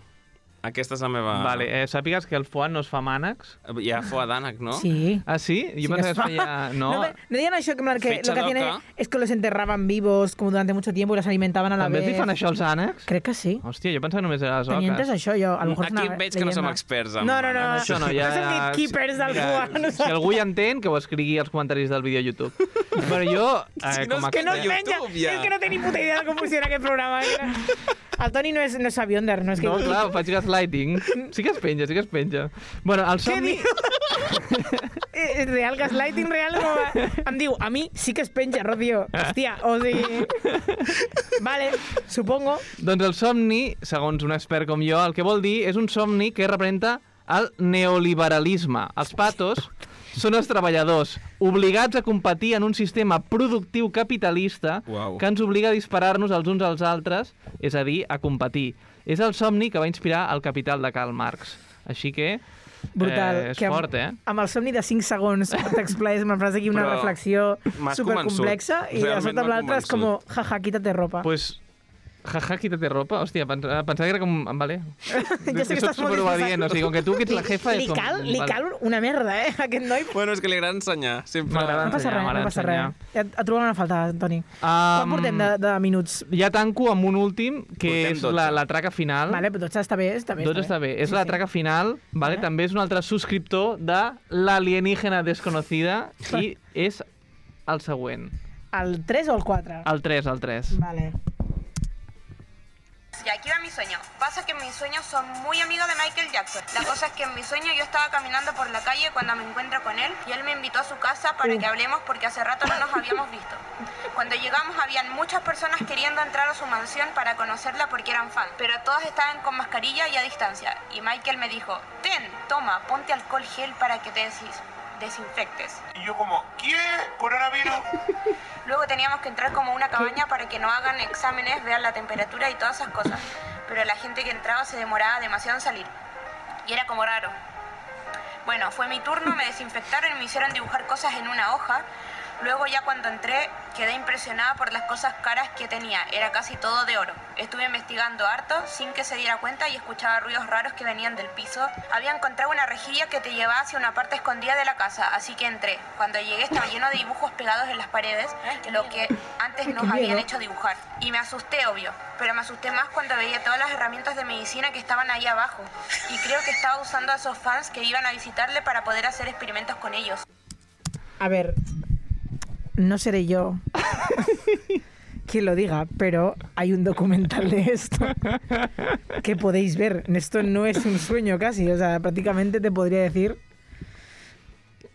S3: Aquesta és la meva...
S4: Vale, eh, sàpigues que el foie no es fa mànecs.
S3: Hi ha foie d'ànec, no?
S1: Sí.
S4: Ah, sí?
S1: Sí
S4: Jo pensava
S1: es
S4: que
S1: fa.
S4: es feia... No,
S1: me, no digan això que, en plan, que lo que
S3: Fecha
S1: tiene
S3: loca.
S1: es que los enterraban vivos como durante mucho tiempo y los alimentaban a la
S4: també
S1: vez.
S4: t'hi fan això els ànecs?
S1: Crec que sí.
S4: Hòstia, jo pensava només era les
S1: Tenia entès
S4: oques.
S1: això jo, a lo mejor és
S3: Aquí
S1: una
S3: veig que no som
S1: leyenda.
S3: experts. en
S1: No, no, no.
S3: ànec.
S4: Això no, ja...
S1: No som gatekeepers del
S4: Mira,
S1: foie, nosaltres.
S4: Si algú hi entén, que ho escrigui als comentaris del vídeo a YouTube. Però jo, eh,
S3: Si no
S4: com
S3: és
S4: a
S3: que no
S4: expert-
S3: hi ve- YouTube, ja.
S1: Es que no tenía ni puta idea de cómo funciona aquest programa. Mira. El Toni no és, no és avionder, no és que...
S4: No, clar, faig gaslighting. Sí que es penja, sí que es penja. Bueno, el
S1: Què
S4: somni...
S1: diu? Eh, eh, real, gaslighting real. Com a... Em diu, a mi sí que es penja, Rocío. Hòstia, o sigui... Vale, supongo.
S4: Doncs el somni, segons un expert com jo, el que vol dir és un somni que representa el neoliberalisme. Els patos són els treballadors, obligats a competir en un sistema productiu capitalista
S3: Uau.
S4: que ens obliga a disparar-nos els uns als altres, és a dir, a competir. És el somni que va inspirar el capital de Karl Marx. Així que...
S1: Brutal.
S4: Eh, és
S1: que amb,
S4: fort, eh?
S1: Amb el somni de 5 segons t'explaies una frase aquí, una
S3: Però
S1: reflexió
S3: m'has
S1: supercomplexa
S3: convençut.
S1: i de
S3: Realment
S1: sobte amb
S3: m'ha
S1: l'altra és com,
S3: convençut.
S1: jaja, quítate ropa.
S4: Pues, jaja, quítate ropa. Hòstia, pens- pensava que era com... Vale.
S1: ja sé que
S4: Soc
S1: estàs molt
S4: superobedient,
S1: disfressat.
S4: o sigui, com que tu que ets la jefa...
S1: Li,
S4: és com...
S1: cal, li
S4: vale.
S1: cal una merda, eh, aquest noi.
S3: Bueno, és que li agrada ensenyar. Sempre...
S4: M'agrada
S1: No passa
S4: ensenyar,
S1: res, no
S4: m'agrada
S1: passa
S4: ensenyar.
S1: res. Et, et trobem una falta, Toni.
S4: Um,
S1: Quan portem de, de minuts?
S4: Ja tanco amb un últim, que
S3: Portem
S4: és
S3: 12.
S4: la, la traca final.
S1: Vale, però 12 està bé, està bé.
S4: Tot està bé. És la traca final, vale?
S1: Vale.
S4: també és un altre subscriptor de l'alienígena desconocida i és el següent.
S1: El 3 o el 4?
S4: El 3, el 3.
S1: Vale.
S7: Y aquí va mi sueño. Pasa que mis sueños son muy amigos de Michael Jackson. La cosa es que en mi sueño yo estaba caminando por la calle cuando me encuentro con él y él me invitó a su casa para que hablemos porque hace rato no nos habíamos visto. Cuando llegamos habían muchas personas queriendo entrar a su mansión para conocerla porque eran fans, pero todas estaban con mascarilla y a distancia. Y Michael me dijo, ten, toma, ponte alcohol gel para que te desis- desinfectes.
S5: Y yo como, ¿qué? ¿Coronavirus?
S7: Luego teníamos que entrar como a una cabaña para que no hagan exámenes, vean la temperatura y todas esas cosas. Pero la gente que entraba se demoraba demasiado en salir. Y era como raro. Bueno, fue mi turno, me desinfectaron y me hicieron dibujar cosas en una hoja. Luego ya cuando entré quedé impresionada por las cosas caras que tenía. Era casi todo de oro. Estuve investigando harto sin que se diera cuenta y escuchaba ruidos raros que venían del piso. Había encontrado una rejilla que te llevaba hacia una parte escondida de la casa, así que entré. Cuando llegué estaba lleno de dibujos pegados en las paredes, lo que antes nos habían
S1: miedo.
S7: hecho dibujar. Y me asusté, obvio, pero me asusté más cuando veía todas las herramientas de medicina que estaban ahí abajo. Y creo que estaba usando a esos fans que iban a visitarle para poder hacer experimentos con ellos.
S1: A ver, no seré yo quien lo diga, pero hay un documental de esto que podéis ver. Esto no es un sueño casi, o sea, prácticamente te podría decir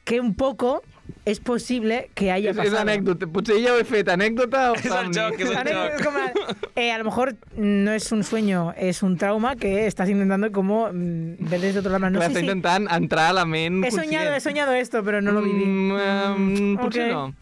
S1: que un poco es posible que haya
S4: És,
S1: pasado.
S4: és anècdota. Potser ja ho he fet, anècdota o
S3: És el
S4: somni?
S3: joc, és el
S1: Ahora
S3: joc.
S1: es como, eh, a lo mejor no es un sueño, es un trauma que estás intentando como mm, ver desde otro lado. No
S4: Clar,
S1: sé
S4: està
S1: si-
S4: intentant entrar a la ment
S1: He soñado, he
S4: conscient.
S1: soñado esto, pero no lo viví.
S4: Mm, em, potser
S1: Ok.
S4: no.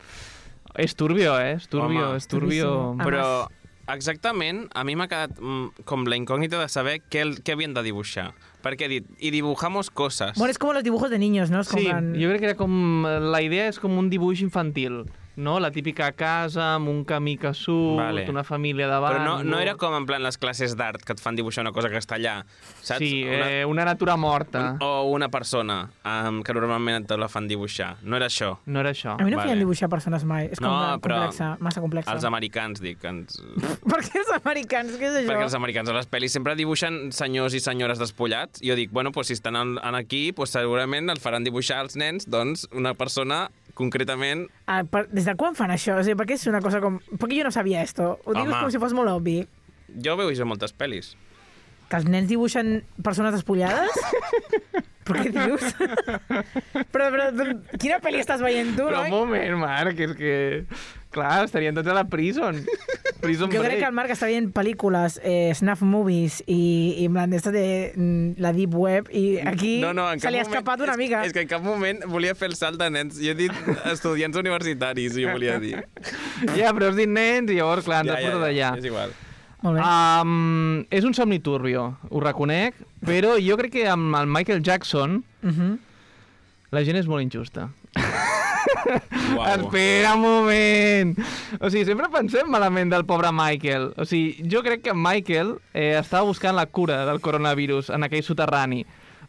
S4: És turbio, eh? És turbio,
S3: Home.
S4: és turbio.
S1: Turbíssim.
S3: Però
S1: Amas.
S3: exactament a mi m'ha quedat mm, com la incògnita de saber què, el- què havien de dibuixar. Perquè he dit, i dibujamos coses.
S1: Pues Bueno, es como los dibujos de niños, ¿no? Es como
S4: Sí,
S1: en-
S4: jo crec que era com... La idea és com un dibuix infantil, no? La típica casa amb un camí que surt,
S3: Vale.
S4: una família davant...
S3: Però no, no era com en plan les classes d'art que et fan dibuixar una cosa que està allà, saps?
S4: Sí,
S3: Una-
S4: eh, una oh. natura morta.
S3: un- o una persona um, que normalment et la fan dibuixar. No era això.
S4: No era això.
S1: A mi no
S3: Vale.
S1: feien dibuixar persones mai. És com
S3: No,
S1: no,
S3: però
S1: complexa, massa complexa.
S3: Els americans, dic. que Ens...
S1: Per què els americans? Què és això?
S3: Perquè els americans a les pel·lis sempre dibuixen senyors i senyores despullats. I jo dic, bueno, doncs, si estan en, en aquí, doncs, segurament el faran dibuixar als nens, doncs, una persona concretament...
S1: Ah, per, des de quan fan això? O sigui, perquè és una cosa com... Perquè jo no sabia esto. Ho dius
S3: Home.
S1: com si fos molt obvi.
S3: Jo ho he vist en moltes pel·lis.
S1: Que els nens dibuixen persones despullades? però què dius? però, però, tu- quina pel·li estàs veient tu,
S4: Però un
S1: no?
S4: moment, Marc, és que... Clar, estarien tots a la prison. Prison
S1: Jo crec que el Marc està veient pel·lícules, eh, snuff movies i, i en plan d'esta de mm, la deep web i aquí
S3: No, no, en
S1: se
S3: cap
S1: li ha
S3: moment-
S1: escapat una
S3: és,
S1: mica.
S3: És que en cap moment volia fer el salt de nens. Jo he dit estudiants universitaris, jo volia dir.
S4: Ja, però has dit nens i llavors, clar, ens has portat allà.
S3: És igual.
S1: Molt bé.
S3: Ah.
S4: Um, és un somni turbio, ho reconec, però jo crec que amb el Michael Jackson
S1: Mhm.
S4: la gent és molt injusta.
S3: Uau.
S4: Espera un moment! O sigui, sempre pensem malament del pobre Michael. O sigui, jo crec que Michael eh, estava buscant la cura del coronavirus en aquell soterrani.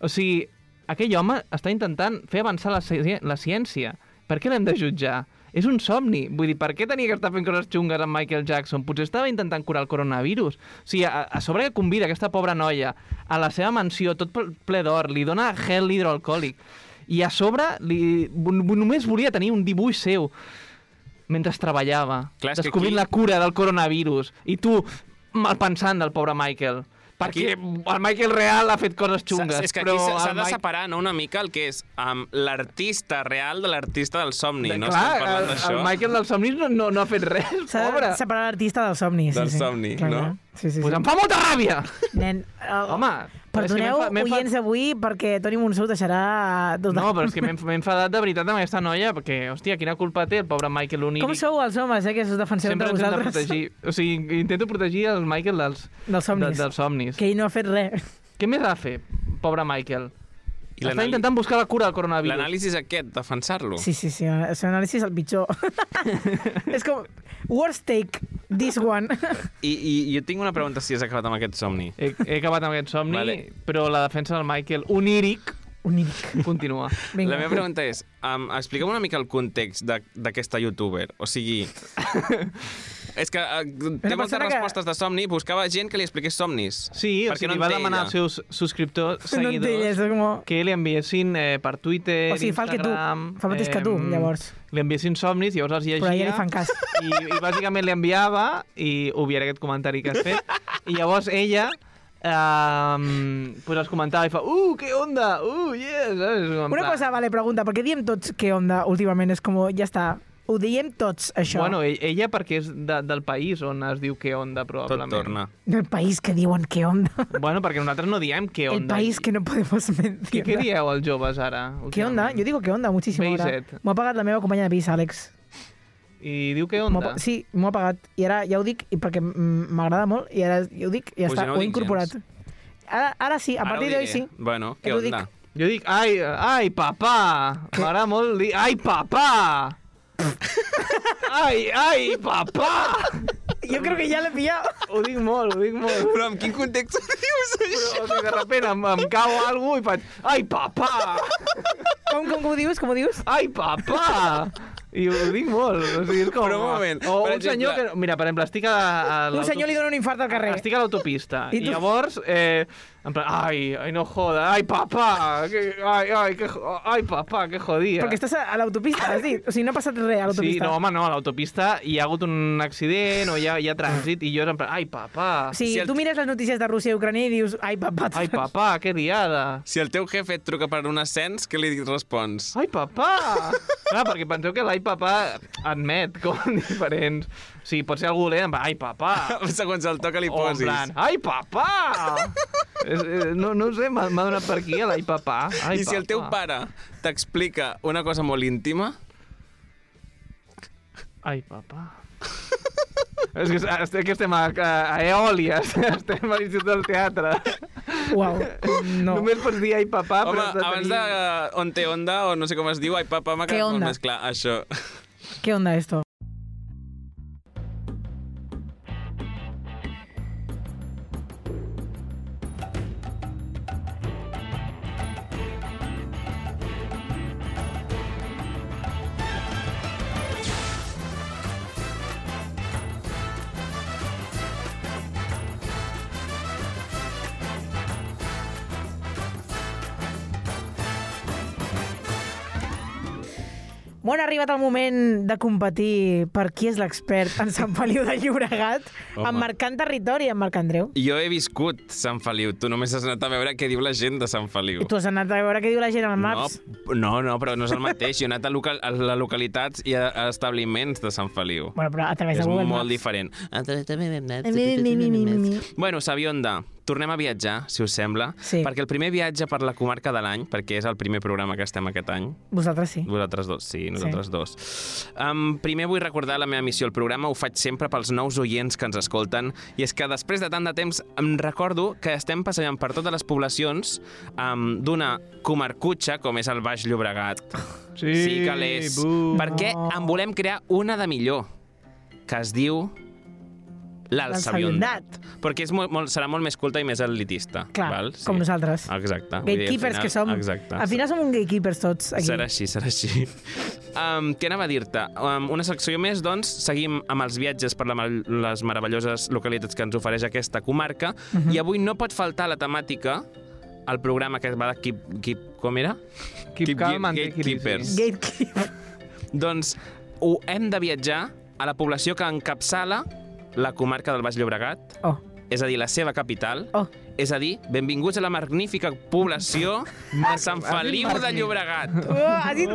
S4: O sigui, aquell home està intentant fer avançar la, ci- la ciència. Per què l'hem de jutjar? És un somni. Vull dir, per què tenia que estar fent coses xungues amb Michael Jackson? Potser estava intentant curar el coronavirus. O sigui, a, a sobre que convida aquesta pobra noia a la seva mansió, tot ple- ple d'or, li dona gel hidroalcohòlic i a sobre li, bu- bu- només volia tenir un dibuix seu mentre treballava,
S3: Clar, és que
S4: descobrint
S3: aquí-
S4: la cura del coronavirus. I tu, malpensant del pobre Michael. Perquè el Michael Real ha fet coses xungues.
S3: S'ha- És que
S4: però
S3: aquí s'ha- s'ha
S4: el
S3: de
S4: Mike-
S3: separar no, una mica el que és um, l'artista real de l'artista del somni. no
S4: clar,
S3: estem parlant
S4: el,
S3: d'això.
S4: el Michael del somnis no, no, no ha fet res,
S1: S'ha de
S4: pobre.
S1: separar l'artista del somni.
S3: Del
S1: sí, sí.
S3: somni,
S1: Clar,
S3: no?
S1: clar. Sí, sí, sí.
S4: Pues em fa molta ràbia!
S1: Nen, el...
S4: Home, és que m'he
S1: Perdoneu,
S4: enfa- m'he enfa-
S1: oients d'avui, perquè Toni Monsó deixarà... Tot
S4: No, però és que m'he m'he enfadat de veritat amb aquesta noia, perquè, hòstia, quina culpa té el pobre Michael Uniri.
S1: Com sou els homes, eh, que us defenseu
S4: Sempre
S1: entre
S4: ens hem de
S1: vosaltres?
S4: protegir. O sigui, intento protegir el Michael dels,
S1: Dels somnis.
S4: de, dels somnis.
S1: Que ell no ha fet res.
S4: Què més ha de fer, pobre Michael?
S3: I
S4: Està
S3: l'anàlisi-
S4: intentant buscar la cura del coronavirus.
S3: L'anàlisi és aquest, defensar-lo.
S1: Sí, sí, sí, el seu anàlisi és el pitjor. és com, worst take, this one.
S3: I, I jo tinc una pregunta si has acabat amb aquest somni.
S4: He, he acabat amb aquest somni, vale.
S3: Vale.
S4: però la defensa del Michael, oníric,
S1: Uníric.
S4: continua.
S1: Vinga.
S3: La meva pregunta és, um, explica'm una mica el context de- d'aquesta youtuber. O sigui... és que uh, té moltes
S1: persona que-
S3: respostes de somni, buscava gent que li expliqués somnis.
S4: Sí, o
S3: Perquè
S4: sigui,
S3: no
S4: li va
S3: en té
S4: demanar
S3: ella.
S4: als seus subscriptors,
S1: No
S4: seguidors,
S1: entenc, és com...
S4: que li enviessin eh, per Twitter,
S1: O sigui, fa el que tu,
S4: Instagram...
S1: fa el mateix que tu, llavors.
S4: Li enviessin somnis, llavors els llegia...
S1: Però a ella li fan cas.
S4: I, I bàsicament li enviava, i obviaré aquest comentari que has fet, i llavors ella eh, pues els comentava i fa, uh, què onda, uh, yeah, saps? En
S1: Una
S4: plan-
S1: cosa, vale, pregunta, perquè diem tots que onda últimament és com, ja està, ho diem tots, això.
S4: Bueno, e- ella perquè és de, del país on es diu que onda,
S3: Tot
S4: probablement.
S3: torna.
S1: El país que diuen que onda.
S4: Bueno, perquè nosaltres no diem que
S1: El
S4: onda.
S1: país que no podemos mentir.
S4: Què, què dieu als joves ara?
S1: ¿Qué onda? Yo digo que onda muchísimo ahora.
S4: Beiset.
S1: M'ho ha pagat la meva companya de pis, Àlex.
S4: I diu que
S1: M'ho ha
S4: onda?
S1: pa- Sí, m'ho ha pagat. I ara ja ho dic, i perquè mm, m'agrada molt, i ara ja ho dic, i ja
S3: Pues
S1: està,
S3: jo
S1: ho
S3: no ho
S1: he
S3: dic
S1: incorporat.
S3: gens.
S1: Ara, ara sí, a
S3: Ara ho
S1: partir d'avui
S3: diré.
S1: sí.
S3: Bueno, què
S1: Ja t'ho dic.
S3: onda?
S4: Jo dic, ai, ai, papà! M'agrada molt dir, ai, papà! ai, ai, papà!
S1: Jo crec que ja l'he pillat.
S4: ho dic molt, ho dic molt.
S3: Però en quin context ho dius,
S4: Però, o sigui, de repente em, em cau algú i faig, ai, papà!
S1: Com, com, com ho dius? Com ho dius?
S4: Ai, papà! I ho dic molt. O sigui, és com, "Ah."
S3: Però un moment,
S4: O
S3: per
S4: un senyor que...
S3: exemple-
S4: Mira, per exemple, estic a, a
S1: Un senyor li dona un infart al carrer.
S4: Estic a l'autopista.
S1: I
S4: I
S1: tu-
S4: llavors, eh, en plan, ai, ai, no joda, ai, papà, que, ai, ai, que, jo- ai, papà, que jodia.
S1: Perquè estàs a, a l'autopista, has dit. O sigui, no ha passat res a
S4: Sí,
S1: l'autopista.
S4: no, home, no, a l'autopista hi ha hagut un accident o hi ha, hi ha trànsit i jo és en plan, ai, papà,
S1: o sigui,
S3: Si el-
S1: tu mires les notícies de Rússia i Ucrania i dius, ai, papà.
S4: ai, papà, que riada.
S3: Si el teu jefe et truca per un ascens, què li respons?
S4: Ai, papà! Clar, perquè penseu que l'ai, papà, admet com diferents... O sigui, pot ser algú dolent, en plan, ai, papà!
S3: Segons el to que li
S4: O Ah. Oh, en
S3: posis.
S4: plan, ai, papà! És, és- no, no ho sé, m'ha m'ha donat per aquí l'ai, papà. Ai,
S3: I si el teu
S4: papà.
S3: pare t'explica una cosa molt íntima,
S4: Ai, papà. És que, es- que estem a, a, a Eòlies, estem a l'Institut del Teatre.
S1: Uau, no.
S4: Només pots dir ai, papà,
S3: home,
S4: Ah, però has de
S3: abans
S4: tenir...
S3: de eh, On te onda, o no sé com es diu, ai, papa, m'ha
S1: Què
S3: quedat
S1: onda?
S3: molt més clar, això.
S1: Què onda esto? Bon, ha arribat el moment de competir per qui és l'expert en Sant Feliu de Llobregat,
S3: Home.
S1: emmarcant territori i emmarcant Andreu.
S3: Jo he viscut Sant Feliu, tu només has anat a veure què diu la gent de Sant Feliu.
S1: I tu has anat a veure què diu la gent al Maps?
S3: No, no, no, però no és el mateix. Jo he anat a, local, a les localitats i a, a establiments de Sant Feliu.
S1: Bueno, però a través
S3: és
S1: de Google
S3: molt
S1: Maps.
S3: diferent.
S8: A través també hem anat.
S3: Bueno, Sabionda, tornem a viatjar, si us sembla,
S1: Sí.
S3: perquè el primer viatge per la comarca de l'any, perquè és el primer programa que estem aquest any,
S1: Vosaltres sí.
S3: vosaltres dos, sí, nosaltres dos. Um, primer vull recordar la meva missió. El programa ho faig sempre pels nous oients que ens escolten i és que després de tant de temps em recordo que estem passejant per totes les poblacions um, d'una comarcutxa com és el Baix Llobregat.
S4: Sí,
S3: sí que l'és.
S4: bu.
S3: Perquè en volem crear una de millor que es diu l'Alsaviondat. Perquè és molt, molt, serà molt més culta i més elitista.
S1: Clar,
S3: val?
S1: com nosaltres.
S3: Exacte. Vull dir, al
S1: Gatekeepers
S3: final-
S1: que som.
S3: Exacte.
S1: Al final som un gatekeepers tots aquí.
S3: Serà així, serà així. Um, què anava a dir-te? Um, una secció més, doncs, seguim amb els viatges per la, mar- les meravelloses localitats que ens ofereix aquesta comarca.
S1: Mhm.
S3: I avui no pot faltar la temàtica al programa que va de Keep... keep com era?
S4: Keep calm and take it easy.
S3: Gatekeepers.
S1: Gatekeeper.
S3: Doncs ho hem de viatjar a la població que encapçala la comarca del Baix Llobregat,
S1: Oh,
S3: és a dir, la seva capital.
S1: oh.
S3: És a dir, benvinguts a la magnífica població de Sant Feliu de Llobregat.
S1: oh has dit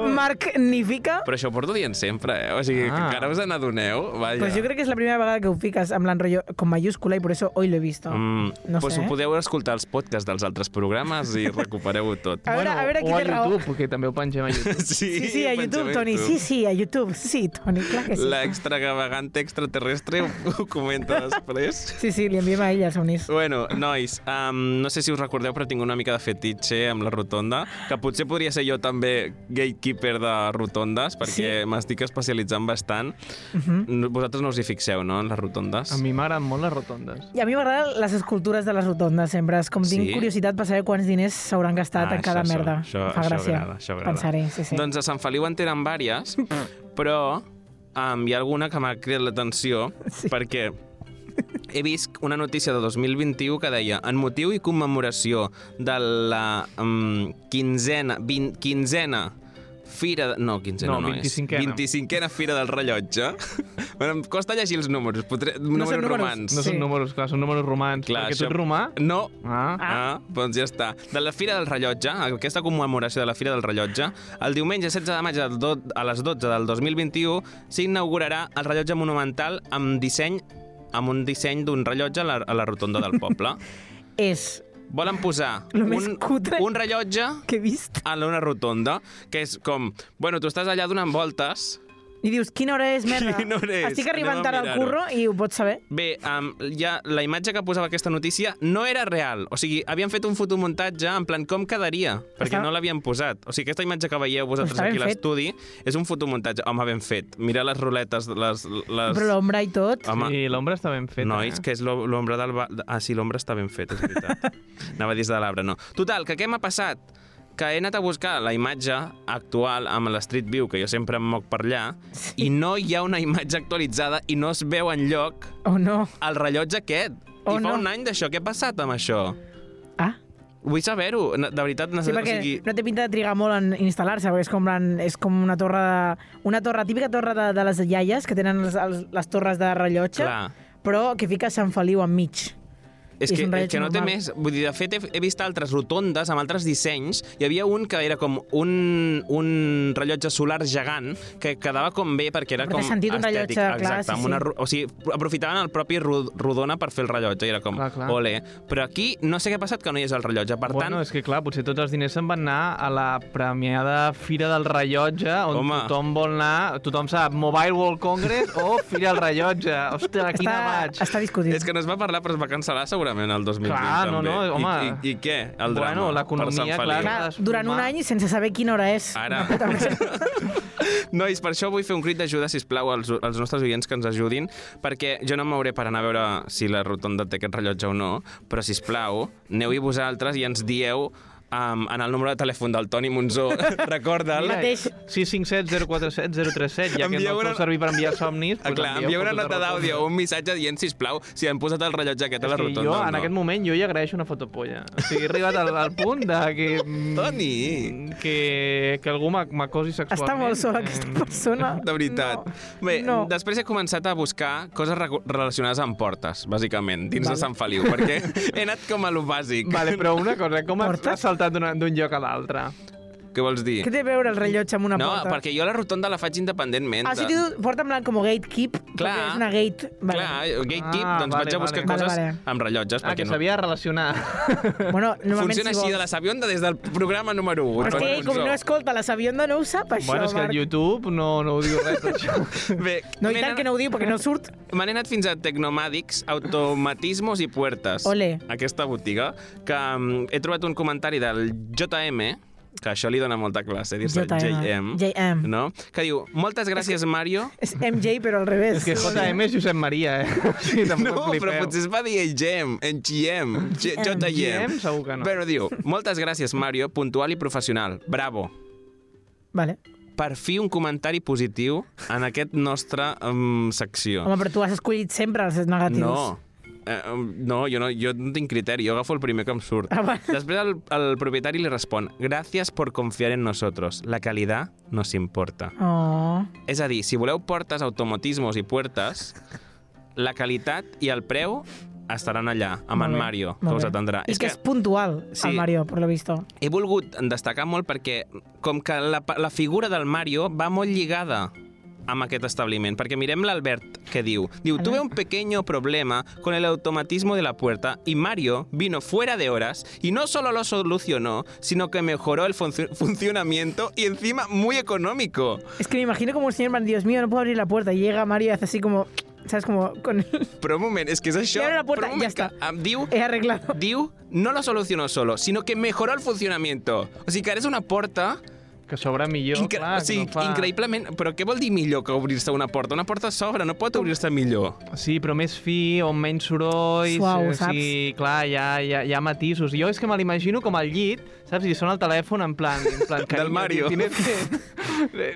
S1: magnífica?
S3: Però això ho porto dient sempre, eh? O sigui, ah.
S4: Ah.
S3: que encara us n'adoneu? Vaja.
S1: Pues yo creo que es la primera vegada que ho fiques amb l'enrotllo con mayúscula y por eso hoy lo he visto.
S3: Mm,
S1: no
S3: pues
S1: sé,
S3: ho
S1: eh?
S3: podeu escoltar als podcasts dels altres programes i recupereu-ho tot.
S1: A veure, a veure qui
S4: o a
S1: té raó.
S4: YouTube, que també ho pengem a YouTube.
S3: Sí,
S1: Sí, sí, a
S3: ho
S1: YouTube,
S3: penseu
S1: Toni.
S3: tu.
S1: Sí, sí, a YouTube. Sí, Toni, clar que sí.
S3: La extravagante extraterrestre ho, ho comenta després.
S1: Sí, sí, li enviem a ella els unís.
S3: Bueno, nois, um, no sé si us recordeu, però tinc una mica de fetitxe amb la rotonda, que potser podria ser jo també gatekeeper de rotondes, perquè m'estic especialitzant bastant.
S1: Mhm.
S3: No- Vosaltres no us hi fixeu, no?, en les rotondes?
S4: A mi m'agraden molt les rotondes.
S1: I a mi m'agraden les escultures de les rotondes, sempre. És com tinc
S3: Sí?
S1: curiositat per saber quants diners s'hauran gastat
S3: Ah,
S1: en cada
S3: això, això,
S1: merda.
S3: això,
S1: Em Fa
S3: això
S1: gràcia.
S3: agrada, això agrada.
S1: Pensaré, sí, sí.
S3: Doncs a Sant Feliu en tenen vàries, però um, hi ha alguna que m'ha cridat l'atenció
S1: Sí.
S3: perquè he vist una notícia de 2021 que deia en motiu i commemoració de la um, quinzena, vint, quinzena Fira... de- No, quinzena
S4: No,
S3: no, no
S4: 25ª.
S3: és. 25a Fira del Rellotge. bueno, em costa llegir els números, potre... números,
S1: són números.
S3: romans.
S4: No
S1: Sí.
S4: són números, clar, són números romans.
S3: Clar,
S4: perquè tu
S3: això-
S4: ets romà...
S3: No,
S4: Ah,
S3: Ah. doncs ja està. De la Fira del Rellotge, aquesta commemoració de la Fira del Rellotge, el diumenge 16 de maig del do- a les 12 del 2021 s'inaugurarà el rellotge monumental amb disseny amb un disseny d'un rellotge a la, a la rotonda del poble.
S1: És
S3: Volen posar
S1: Lo més
S3: un,
S1: cutre.
S3: un rellotge
S1: que he vist.
S3: a una rotonda, que és com... Bueno, tu estàs allà donant voltes,
S1: I dius, quina hora és, merda?
S3: Quina hora és?
S1: Estic arribant
S3: Anem a
S1: tard al
S3: mirar-ho.
S1: curro i ho pots saber.
S3: Bé, um, ja la imatge que posava aquesta notícia no era real. O sigui, havien fet un fotomuntatge en plan com quedaria, perquè
S1: Està-
S3: no l'havien posat. O sigui, aquesta imatge que veieu vosaltres
S1: Està ben
S3: aquí a
S1: fet.
S3: l'estudi és un fotomuntatge. Home, ben fet. Mira les ruletes, les... les...
S1: Però l'ombra i tot...
S3: Home,
S4: I l'ombra està ben feta. eh?
S1: eh?
S3: Nois, que és l'o- l'ombra del... Ba... Ah, sí, l'ombra està ben feta, és veritat. Anava a dir de l'arbre, no. Total, que què m'ha passat? Que he anat a buscar la imatge actual amb la Street View, que jo sempre em moc per allà, i no hi ha una imatge actualitzada i no es veu en lloc
S1: O no.
S3: el rellotge aquest.
S1: Oh,
S3: I fa
S1: no.
S3: un any d'això. Què ha passat amb això?
S1: Ah,
S3: Vull saber-ho. Ne- De veritat,
S1: Sí,
S3: necessito...
S1: perquè no té pinta de trigar molt en instal·lar-se, perquè és com, en- és com una torre, de, una torre, típica torre de, de les iaies, que tenen les, els, les torres de rellotge,
S3: Clar.
S1: però que fica Sant Feliu enmig.
S3: És
S1: és
S3: que,
S1: un
S3: és
S1: rellotge
S3: que no té
S1: normal.
S3: més... Vull dir, de fet, he, he vist altres rotondes amb altres dissenys. Hi havia un que era com un, un rellotge solar gegant que quedava com bé perquè era
S1: Però té
S3: com
S1: sentit un rellotge,
S3: estètic.
S1: clar,
S3: Exacte,
S1: sí,
S3: amb
S1: sí.
S3: Una, ro- o sigui, aprofitaven el propi ro- rodona per fer el rellotge i era com,
S4: Clar, clar.
S3: ole. Però aquí no sé què ha passat que no hi és el rellotge. Per
S4: bueno,
S3: tant,
S4: és que clar, potser tots els diners se'n van anar a la premiada Fira del Rellotge, on
S3: Home.
S4: tothom vol anar, tothom sap, Mobile World Congress o Fira del Rellotge. Hòstia, quina vaig.
S1: està discutit.
S3: És que no es va parlar, però es va cancel·lar segurament el 2020
S4: Clar, no,
S3: també.
S4: no, home.
S3: I, i, I què? El drama
S4: Bueno, l'economia,
S3: per Sant Feliu.
S4: clar,
S1: Clar,
S4: Has
S1: durant un
S4: fumat.
S1: any sense saber quina hora és.
S3: Ara. Nois, per això vull fer un crit d'ajuda, si plau, als, als nostres oients que ens ajudin, perquè jo no em mouré per anar a veure si la rotonda té aquest rellotge o no, però si plau, aneu-hi vosaltres i ens dieu um, en el número de telèfon del Toni Monzó, recorda'l.
S1: Mira, mateix.
S4: 657-047-037, ja que
S3: Envieu
S4: no us
S3: una-
S4: feu servir per enviar somnis...
S3: Ah, clar, envieu una nota d'àudio o un missatge dient, sisplau, si han posat el rellotge aquest a la
S4: que
S3: rotonda
S4: jo,
S3: o no.
S4: en aquest moment, jo hi agraeixo una fotopolla. O sigui, he arribat al, al punt de que... mm,
S3: Toni!
S4: Que, que algú m'ac- m'acosi sexualment.
S1: Està molt sola
S4: Eh,
S1: aquesta persona.
S3: De veritat.
S1: No.
S3: Bé,
S1: no.
S3: després he començat a buscar coses recu- relacionades amb portes, bàsicament, dins de Sant Feliu, perquè he anat com a lo bàsic.
S4: Vale, però una cosa, com has,
S1: Portes?
S4: has saltat d'una- d'un lloc a l'altre?
S3: Què vols dir?
S1: Què té a veure el rellotge amb una
S3: no,
S1: porta?
S3: perquè jo la rotonda la faig independentment.
S1: Ah, sí, té porta en blanc com gatekeep,
S3: Clar.
S1: perquè és una gate. Vale.
S3: Clar, gatekeep,
S4: Ah,
S3: doncs
S4: vale,
S3: vaig a buscar
S1: vale.
S3: coses
S1: Vale, vale.
S3: amb rellotges.
S4: Ah, que
S3: perquè
S4: no.
S3: no...
S4: sabia relacionar.
S1: Bueno, normalment si
S3: Funciona així
S1: vols.
S3: de la sabionda des del programa número 1.
S1: Però és que ell, com no escolta la sabionda, no ho sap, això,
S4: bueno, és que
S1: Marc.
S4: el YouTube no, no ho diu res d'això.
S3: Bé,
S1: No, i
S3: m'he
S1: tant
S3: anat-
S1: que no ho diu, perquè no surt.
S3: M'han anat fins a Tecnomàdics, Automatismos i Puertes.
S1: Ole.
S3: Aquesta botiga, que mm, he trobat un comentari del JM, que això li dona molta classe, dir-se
S1: JM.
S3: JM,
S1: JM.
S3: no? que diu, moltes gràcies, Mario.
S1: És MJ, però al revés.
S4: és que JM és Josep Maria, eh? Sí, tampoc
S3: No,
S4: flipeu.
S3: però potser es va dir JM, en GM,
S4: GM,
S3: JM.
S4: segur que no.
S3: Però diu, moltes gràcies, Mario, puntual i professional. Bravo.
S1: Vale.
S3: Per fi un comentari positiu en aquest nostre um, secció.
S1: Home, però tu has escollit sempre els negatius.
S3: No. Eh, no, jo no, jo no tinc criteri, jo agafo el primer que em surt.
S1: Ah, va.
S3: Després el, el propietari li respon «Gracias por confiar en nosotros. La calidad nos importa».
S1: Oh.
S3: És a dir, si voleu portes, automatismos i puertes, la qualitat i el preu estaran allà, amb
S1: Molt
S3: en
S1: bé,
S3: Mario, que
S1: molt
S3: us
S1: bé.
S3: atendrà.
S1: I
S3: És
S1: que
S3: que
S1: és puntual,
S3: Sí.
S1: el Mario, per lo visto.
S3: he volgut destacar molt perquè com que la, pa- la figura del Mario va molt lligada amb aquest establiment, perquè mirem l'Albert que diu, diu, tuve un pequeño problema con el automatismo de la puerta y Mario vino fuera de horas y no solo lo solucionó, sino que mejoró el func- funcionamiento y encima muy económico.
S1: Es que me imagino como un señor man, Dios mío, no puedo abrir la puerta. Y llega Mario y hace así como, ¿sabes? Como con...
S3: Però un moment, és que és això.
S1: Li abre la puerta,
S3: Però un moment,
S1: ja està. Eh.
S3: que, em diu,
S1: He arreglado.
S3: diu, no lo solucionó solo, sino que mejoró el funcionamiento. O sigui que ara és una porta
S4: Que s'obre millor,
S3: Incre
S4: clar.
S3: o sigui,
S4: que no fa...
S3: increïblement... Però què vol dir millor que obrir-se una porta? Una porta s'obre, no pot obrir-se millor.
S4: Sí, però més fi, o amb menys soroll...
S1: Suau,
S4: sí, Sí, clar, hi ha, hi, ha, hi ha matisos. Jo és que me l'imagino com al llit, saps? I sona el telèfon en plan... En plan carinyo,
S3: Mario.
S4: Tienes que...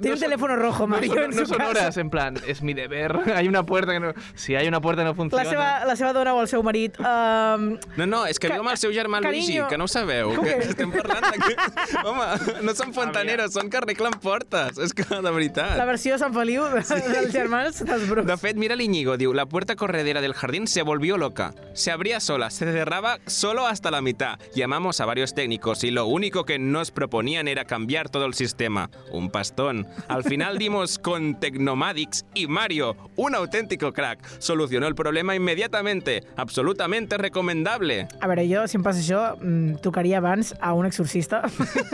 S1: Tiene un teléfono rojo, Mario,
S4: No,
S1: en
S4: no
S1: su
S4: son
S1: casa.
S4: horas, en plan, es mi deber. Hay una puerta que no... Si hay una puerta que no
S1: La
S4: funciona...
S1: seva, la seva dona o el seu marit. Um,
S3: No, no, és que
S1: Ca-
S3: viu amb el seu germà
S1: carinyo.
S3: Luigi, que no ho sabeu. Que estem parlant de que... Home, no són fontaneros, són que arreglen portes. És que, de
S4: Ah.
S1: la
S3: veritat.
S1: versió de Sant Feliu de, dels germans dels Brucs.
S3: De fet, mira l'Iñigo, diu, la puerta corredera del jardín se volvió loca. Se abría sola, se cerraba solo hasta la mitad. Llamamos a varios técnicos y lo único que nos proponían era cambiar todo el sistema. Un pastón. Al final dimos con Tecnomadics y Mario, un auténtico crack. Solucionó el problema inmediatamente. Absolutamente recomendable.
S1: A veure, jo, si em passa això, mm, tocaria abans a un exorcista.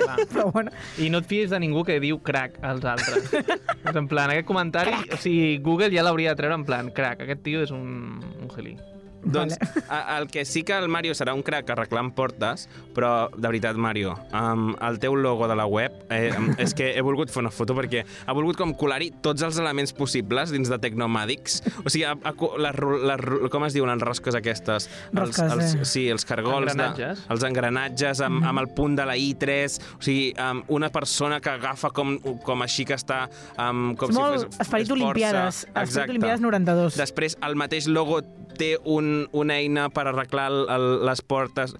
S4: Ah.
S1: Però bueno,
S4: I no et fies de ningú que diu crack als altres. és en plan, aquest comentari... O sigui, Google ja l'hauria de treure en plan, crack, aquest tio és un, un gilí.
S3: Doncs
S1: Vale.
S3: a- el que sí que el Mario serà un crac arreglant portes, però de veritat, Mario, amb el teu logo de la web eh, em- és que he volgut fer una foto perquè ha volgut com colar-hi tots els elements possibles dins de Tecnomàdics. O sigui, ha, ha, co- les, ru- les, ru- com es diuen les rosques aquestes?
S1: Rosques,
S3: els,
S1: eh.
S3: els, sí, els cargols.
S4: Engranatges.
S3: De, els engranatges amb, amb el punt de la I3. O sigui, amb una persona que agafa com, com així que està... Amb, com
S1: és molt
S3: si fes,
S1: esperit
S3: esforça.
S1: Olimpiades.
S3: Exacte.
S1: Esperit Olimpiades 92.
S3: Després, el mateix logo té un, una eina per arreglar el, el, les portes.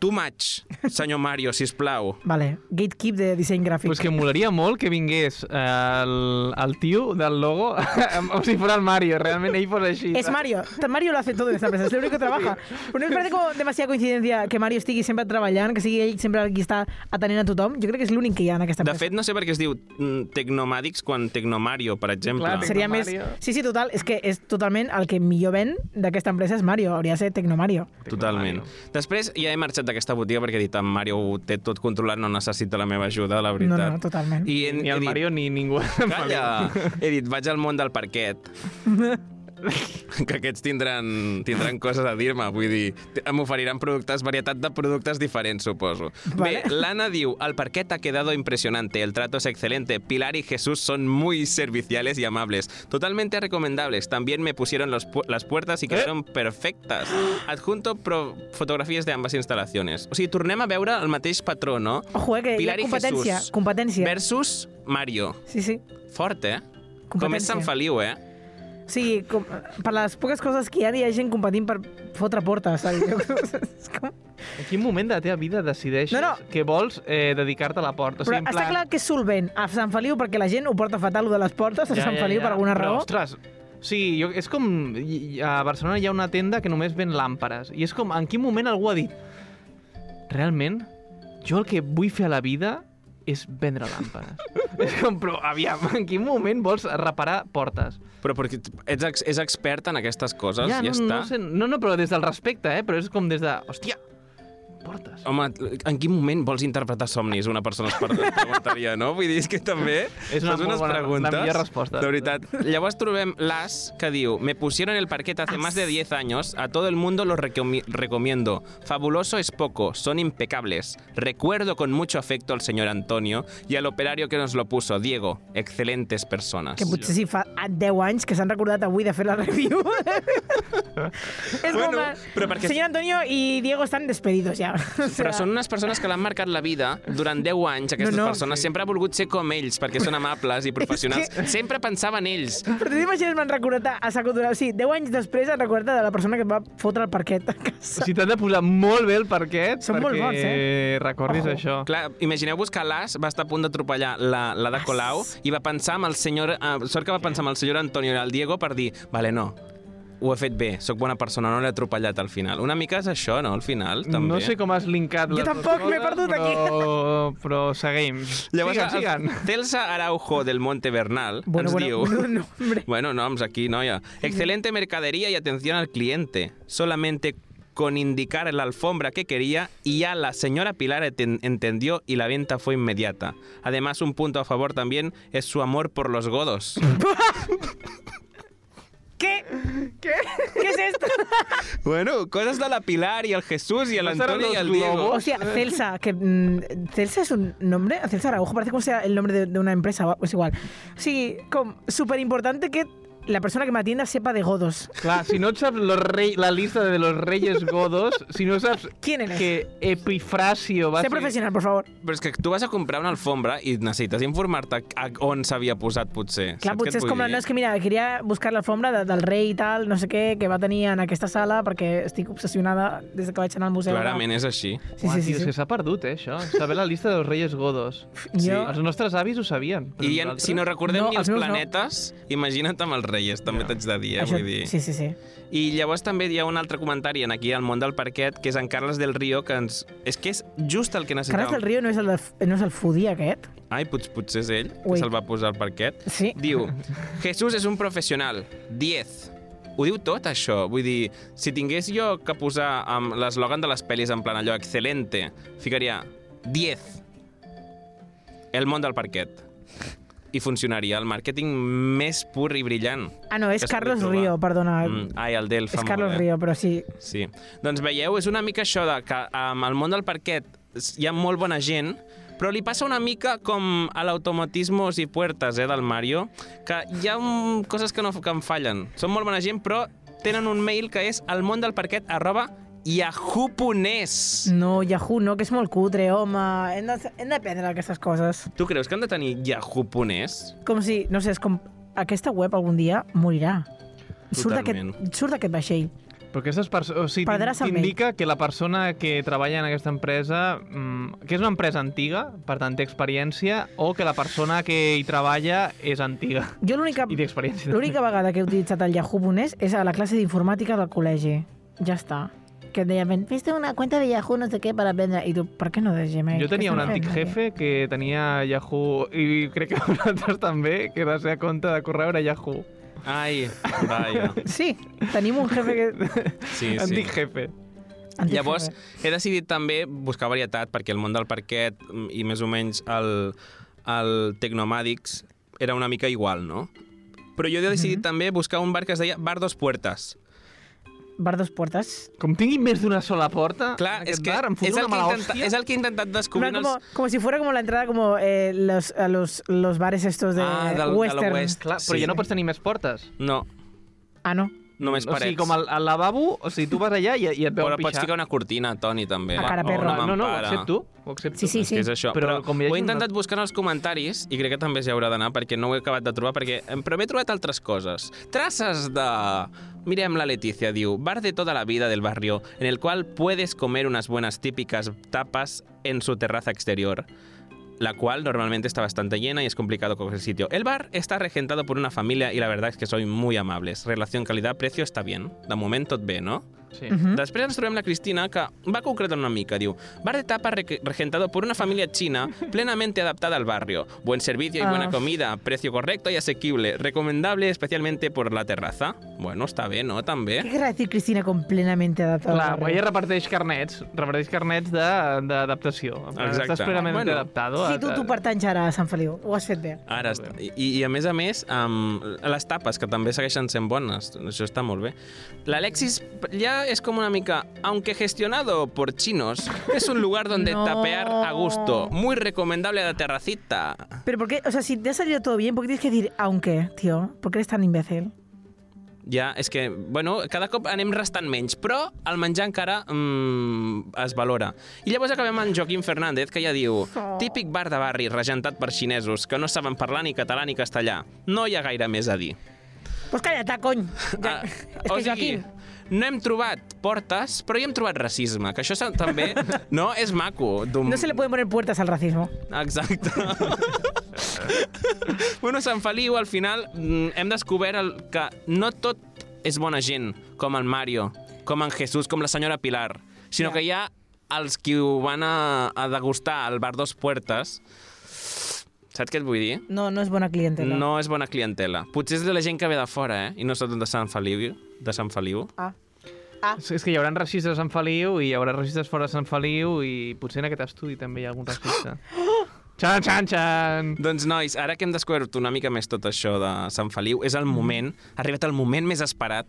S3: Too much, senyor Mario, si plau.
S1: Vale, gatekeep de disseny gràfic.
S4: Però és que em molaria molt que vingués eh, el, el tio del logo com si fos el Mario, realment ell fos així.
S1: Es Mario. Mario lo hace todo en esta empresa. Es el único que trabaja. Però no me parece como demasiada coincidencia que Mario estigui sempre treballant, que sigui ell sempre el qui està atenent a tothom. Jo crec que és l'únic que hi ha en aquesta
S3: De
S1: empresa.
S3: fet, no sé per què es diu mm, Tecnomàdics quan Tecnomario, per exemple.
S4: Clar,
S1: Seria més...
S4: Tecnomario.
S1: Sí, sí, total. És que és totalment el que millor ven d'aquesta empresa és Mario. Hauria de ser Tecnomario.
S3: Totalment. Després ja he marxat d'aquesta botiga perquè he dit en Mario ho té tot controlat, no necessita la meva ajuda, la
S1: No,
S3: veritat.
S1: no, totalment.
S3: I he,
S4: Ni
S3: he
S4: el
S3: dit,
S4: Mario ni ningú.
S3: Calla! He dit, vaig al món del parquet. que aquests tindran, tindran coses a dir-me, vull dir, t- m'oferiran productes, varietat de productes diferents, suposo.
S1: Vale.
S3: Bé, l'Anna diu, el parquet ha quedado impresionante, el trato es excelente, Pilar y Jesús son muy serviciales y amables, totalmente recomendables, también me pusieron los pu- las puertas y
S1: ¿Eh?
S3: quedaron perfectas. Adjunto pro- fotografies de ambas instalaciones. O sigui, tornem a veure el mateix patró, no?
S1: Ojo, eh, que hi ha
S3: Pilar i
S1: competència.
S3: Jesús.
S1: Competència.
S3: Versus Mario.
S1: Sí, sí.
S3: Fort, eh?
S1: Competència.
S3: Com és Sant Feliu, eh?
S1: O sigui, com, per les poques coses que hi ha, hi ha gent competint per fotre portes. Al lloc. és com...
S4: En quin moment de la teva vida decideixes
S1: No, no.
S4: que vols eh, dedicar-te a la porta? O
S1: Però
S4: sigui, en
S1: està
S4: plan...
S1: clar que és solvent a Sant Feliu perquè la gent ho porta fatal, lo de les portes, a Sant Feliu per alguna
S4: Però,
S1: raó.
S4: ostres, sí, jo, és com... i- i A Barcelona hi ha una tenda que només ven làmpares. I és com, en quin moment algú ha dit... Realment, jo el que vull fer a la vida és vendre làmpades. és com, però aviam, en quin moment vols reparar portes?
S3: Però perquè ets, ex és expert en aquestes coses, ja,
S4: no,
S3: ja està.
S4: No, sé, no, no, però des del respecte, eh? Però és com des de... Hòstia, portes.
S3: Home, en quin moment vols interpretar somnis? Una persona es per- preguntaria, no? Vull dir, és que també
S4: És
S3: fas
S4: una molt
S3: unes
S4: bona- la
S3: preguntes.
S4: millor resposta.
S3: De veritat. Llavors trobem l'As, que diu Me pusieron el parquet hace más de 10 años. A todo el mundo lo recomi- recomiendo. Fabuloso es poco. Son impecables. Recuerdo con mucho afecto al señor Antonio y al operario que nos lo puso, Diego. Excelentes personas.
S1: Que potser si fa 10 anys que s'han recordat avui de fer la review. és
S3: Bueno,
S1: com...
S3: però perquè-
S1: Senyor Antonio i Diego estan despedidos ja. O
S3: Però
S1: sea,
S3: són unes persones que l'han marcat la vida durant 10 anys, aquestes
S1: No, no,
S3: persones.
S1: sí.
S3: Sempre ha volgut ser com ells, perquè són amables i professionals.
S1: que-
S3: Sempre pensava en ells.
S1: Però tu t'imagines m'han recordat a- a saco d'orella? Sí, 10 anys després han recordat de la persona que et va fotre el parquet a
S4: O
S1: casa.
S4: sigui, t'han de posar molt bé el parquet
S1: Són molt
S4: perquè
S1: bons, eh?
S4: recordis
S1: Ojo.
S4: això.
S3: Clar, imagineu-vos que l'As va estar a punt d'atropellar la, la
S1: Ah,
S3: de Colau i va pensar amb el senyor... Eh, sort que va pensar amb el senyor Antonio i el Diego per dir, vale, no, ho he fet bé, sóc bona persona, no l'he atropellat al final. Una mica és això, no?, al final, també.
S4: No sé com has linkat
S1: Jo
S4: les dues
S1: tampoc m'he
S4: coses,
S1: perdut
S4: però... aquí. Però seguim.
S3: Llavors,
S4: Llavors, sigan, sigan.
S3: Celsa Araujo del Monte Bernal
S1: Bueno,
S3: ens
S1: bueno,
S3: diu...
S1: bueno, no, hombre.
S3: Bueno, noms aquí, noia. Excelente mercadería y atención al cliente. Solamente con indicar la alfombra que quería y ya la señora Pilar eten- entendió y la venta fue inmediata. Además, un punto a favor también es su amor por los godos.
S1: Què? Què? Què és esto?
S3: bueno, cosas de la Pilar y el Jesús y el
S4: ¿No serán
S3: Antonio y
S4: los
S3: el Diego.
S1: O sea, Celsa, que... mm, Celsa és un nombre? Celsa Araujo parece como sea el nombre de- d'una empresa, va, és igual. O sigui, com superimportante que la persona que m'atienda sepa de godos.
S4: Clar, si no et saps los rei, la lista de los reyes godos, si no saps
S1: ¿Quién eres?
S4: que Epifrasio va
S1: Sé
S4: ser...
S1: professional, por favor.
S3: Però és que tu vas a comprar una alfombra i necessites informar-te a on s'havia posat, potser.
S1: Clar,
S3: Saps què
S1: potser
S3: et
S1: és
S3: vull
S1: com... la-
S3: dir?
S1: No, és que mira, queria buscar l'alfombra de, del rei i tal, no sé què, que va tenir en aquesta sala, perquè estic obsessionada des que vaig anar al museu.
S3: Clarament eh? és així.
S1: Sí, sí, sí.
S4: És que
S1: sí.
S4: s'ha perdut, eh, això. Saber la lista dels reyes godos.
S1: Jo-
S4: Els nostres avis ho sabien. però
S3: I en,
S4: nosaltres-
S3: si no recordem
S1: No,
S3: ni els
S1: els meus no.
S3: planetes, no. imagina't amb els Reyes, també no. t'haig de dir, eh?
S1: Això-
S3: vull dir.
S1: Sí, sí, sí.
S3: I llavors també hi ha un altre comentari en aquí al món del parquet, que és en Carles del Río, que ens... És que és just el que necessitàvem.
S1: Carles del Río no és el, de, no és el foodie aquest?
S3: Ai, pot, potser és ell,
S1: Ui.
S3: que se'l va posar al parquet.
S1: Sí.
S3: Diu, Jesús és un professional, 10. Ho diu tot, això. Vull dir, si tingués jo que posar amb l'eslògan de les pel·lis en plan allò excelente, ficaria 10. El món del parquet. I funcionaria el màrquting més pur i brillant.
S1: Ah, no, és
S3: Que es
S1: Carlos
S3: pot trobar.
S1: Río, perdona.
S3: Mm, ai, el del eh? fa
S1: és
S3: molt
S1: Carlos
S3: bé.
S1: Río, però sí.
S3: Sí. Doncs veieu, és una mica això de que amb el món del parquet s- hi ha molt bona gent, però li passa una mica com a l'automatismos i puertes eh, del Mario, que hi ha un, coses que, no, que em fallen. Són molt bona gent, però tenen un mail que és elmondelparquet arroba yahoo.es.
S1: No, Yahoo, no, que és molt cutre, home. Hem de, hem de prendre aquestes coses.
S3: Tu creus que han de tenir yahoo.es?
S1: Com si, no sé, és com... Aquesta web algun dia morirà. Surt d'aquest-
S3: Totalment.
S1: Surt d'aquest vaixell.
S4: Però aquestes persones... O sigui,
S1: Perdràs el
S4: t'indica que la persona que treballa en aquesta empresa, mm, que és una empresa antiga, per tant té experiència, o que la persona que hi treballa és antiga
S1: Jo l'única...
S4: i té experiència.
S1: L'única vegada que he utilitzat el Yahoo Bonés és a la classe d'informàtica del col·legi. Ja està. Que et deien, viste una cuenta de Yahoo no sé què per aprendre. I tu, per què no de Gmail?
S4: Jo tenia
S1: Què
S4: un
S1: estem
S4: antic
S1: fent aquí?"
S4: jefe que tenia Yahoo, i crec que vosaltres també, que la seva compte de correu era Yahoo.
S3: Ai, vaja.
S1: Sí, tenim un jefe que...
S3: Sí, sí.
S4: Antic jefe.
S1: Antic
S3: Llavors,
S1: jefe.
S3: he decidit també buscar varietat, perquè el món del parquet mm, i més o menys el, el Tecnomàdics era una mica igual, no? Però jo he decidit mm -hmm. també buscar un bar que es deia Bar Dos Puertas.
S1: Bar dos puertes.
S4: Com tingui més d'una sola porta,
S3: Clar,
S4: en
S3: és
S4: aquest
S3: que,
S4: bar, em fot
S3: és, el
S4: una
S3: que he
S4: mala
S3: intenta,
S4: hòstia.
S3: és el que he intentat descobrir en
S1: Plan,
S3: els...
S1: como, como si fuera como la entrada como eh, los, a los, los bares estos de
S3: Ah, del- de la
S1: western.
S3: West.
S4: Clar, però
S3: Sí.
S4: ja no pots tenir més portes.
S3: No,
S1: Ah, no.
S3: només
S4: O
S3: parets.
S4: sigui, com al, al lavabo, o sigui, tu vas allà i, i et
S3: Però
S4: veuen
S3: pots
S4: pixar.
S3: ficar una cortina, Toni, també.
S1: A cara
S3: o
S1: perro.
S3: una
S4: No, no, ho
S3: mampara.
S4: accepto. Ho accepto.
S1: Sí, sí,
S3: És que
S1: sí.
S3: és això.
S4: Però
S3: Però,
S4: com
S3: com
S4: hi hagi
S3: ho he
S4: una-
S3: intentat buscar en els comentaris i crec que també s'hi haurà d'anar perquè no ho he acabat de trobar perquè em però m'he trobat altres coses. Traces de... Mirem la Leticia, diu, bar de toda la vida del barrio, en el cual puedes comer unas buenas típicas tapas en su terraza exterior la cual normalmente está bastante llena y es complicado coger sitio. El bar está regentado por una familia y la verdad es que soy muy amables. Relación calidad-precio está bien. De momento ve, ¿no?
S4: Sí.
S1: Mhm.
S3: Després ens trobem la Cristina, que va concretar una mica, diu Bar de tapa re- regentado por una familia china plenamente adaptada al barrio. Buen servicio y buena
S1: Ah.
S3: comida, precio correcto y asequible. Recomendable especialmente por la terraza. Bueno, està bé, no?
S1: ¿Qué
S3: També.
S1: querrá decir Cristina con plenamente adaptada?
S4: Clar,
S1: al barrio?
S4: ella reparteix carnets, reparteix carnets de- d'adaptació. En plan,
S3: Exacte.
S4: Estàs plenament
S3: Bueno.
S4: adaptado.
S1: Sí, tu, tu pertanys ara a Sant Feliu. Ho has fet bé.
S3: Ara, està- i, i a més a més, um, les tapes, que també segueixen sent bones, això està molt bé. L'Alexis ja és com una mica, aunque gestionado por chinos, es un lugar donde
S1: No.
S3: tapear a gusto, muy recomendable la terracita.
S1: Pero ¿por qué? O sea, si te ha salido todo bien, ¿por qué tienes que decir aunque, tío? ¿Por qué eres tan imbécil?
S3: Ja, és que, bueno, cada cop anem restant menys, però el menjar encara mm, es valora. I llavors acabem amb Joaquim Fernández, que ja diu
S1: Oh.
S3: típic bar de barri regentat per xinesos que no saben parlar ni català ni castellà. No hi ha gaire més a dir.
S1: Pues cállate, coño. Ya.
S3: Ah,
S1: es Eh, que Joaquim...
S3: no hem trobat portes, però hi hem trobat racisme, que això sa- també no és maco. d'un-
S1: No se le pueden poner puertas al racismo.
S3: Ah, Exacte. bueno, Sant Feliu, al final, mm, hem descobert el, que no tot és bona gent, com en Mario, com en Jesús, com la senyora Pilar, sinó
S1: Ja.
S3: que hi ha els que ho van a, a degustar al bar Dos Puertes. Saps què et vull dir?
S1: No, no es buena clientela.
S3: No és bona clientela. Potser és de la gent que ve de fora, eh? I no són de Sant Feliu. De Sant Feliu.
S1: Ah.
S4: És, és que hi haurà racistes a Sant Feliu i hi haurà racistes fora de Sant Feliu i potser en aquest estudi també hi ha algun racista. Xan, xan, xan!
S3: Doncs, nois, ara que hem descobert una mica més tot això de Sant Feliu, és
S4: Mm.
S3: el moment, ha arribat el moment més esperat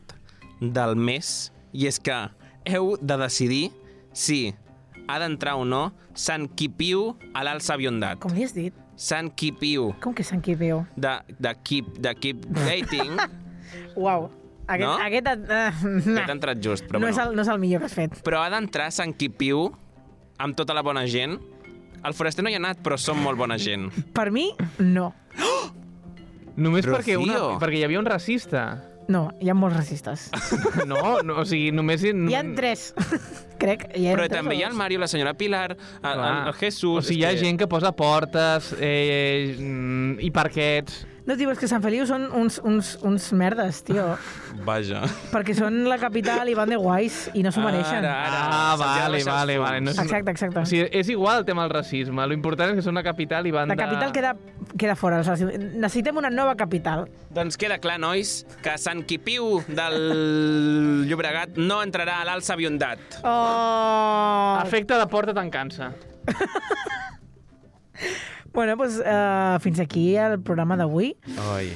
S3: del mes, i és que heu de decidir si ha d'entrar o no Sant Quipiu a l'Alça Aviondat.
S1: Com li has dit?
S3: Sant Quipiu
S1: Com que Sant Quipeo?
S3: de, de Keep, de keep Dating,
S1: Uau. Aquest,
S3: No?
S1: aquest, eh,
S3: que
S1: nah.
S3: t'ha entrat just, però
S1: no, és
S3: bueno.
S1: el, no és el millor que has fet.
S3: Però ha d'entrar Sant Quipiu amb tota la bona gent. El foraster no hi ha anat, però som molt bona gent.
S1: Per mi, no.
S4: Només
S3: Rocío.
S4: perquè, una, perquè hi havia un racista.
S1: No, hi ha molts racistes.
S4: No, no o sigui, només...
S1: Hi ha tres, crec. Hi ha
S3: Mm. Però
S1: tres
S3: també
S1: o
S3: hi ha el
S1: dos.
S3: Mario, la senyora Pilar, el, el,
S4: Clar.
S3: el Jesús...
S4: O sigui, hi ha gent que posa portes eh, mm, i parquets.
S1: No, tio, és que Sant Feliu són uns, uns, uns merdes, tio.
S3: Vaja.
S1: perquè són la capital i van de guais i no s'ho mereixen.
S3: Ara, ara,
S4: Ah,
S3: se'ls ha
S4: vale,
S3: rebaixat
S4: vale,
S3: els
S4: vale. No és,
S1: Exacte, exacte.
S4: O sigui, és igual el tema del racisme. Lo important és que són la capital i
S1: La
S4: van de...
S1: capital queda, queda fora. O sigui, necessitem una nova capital.
S3: Doncs queda clar, nois, que Sant Quipiu del Llobregat no entrarà a l'alça aviondat.
S1: Oh!
S4: Efecte de porta tancant-se.
S1: Bueno, doncs, eh, fins aquí el programa d'avui.
S3: Oi.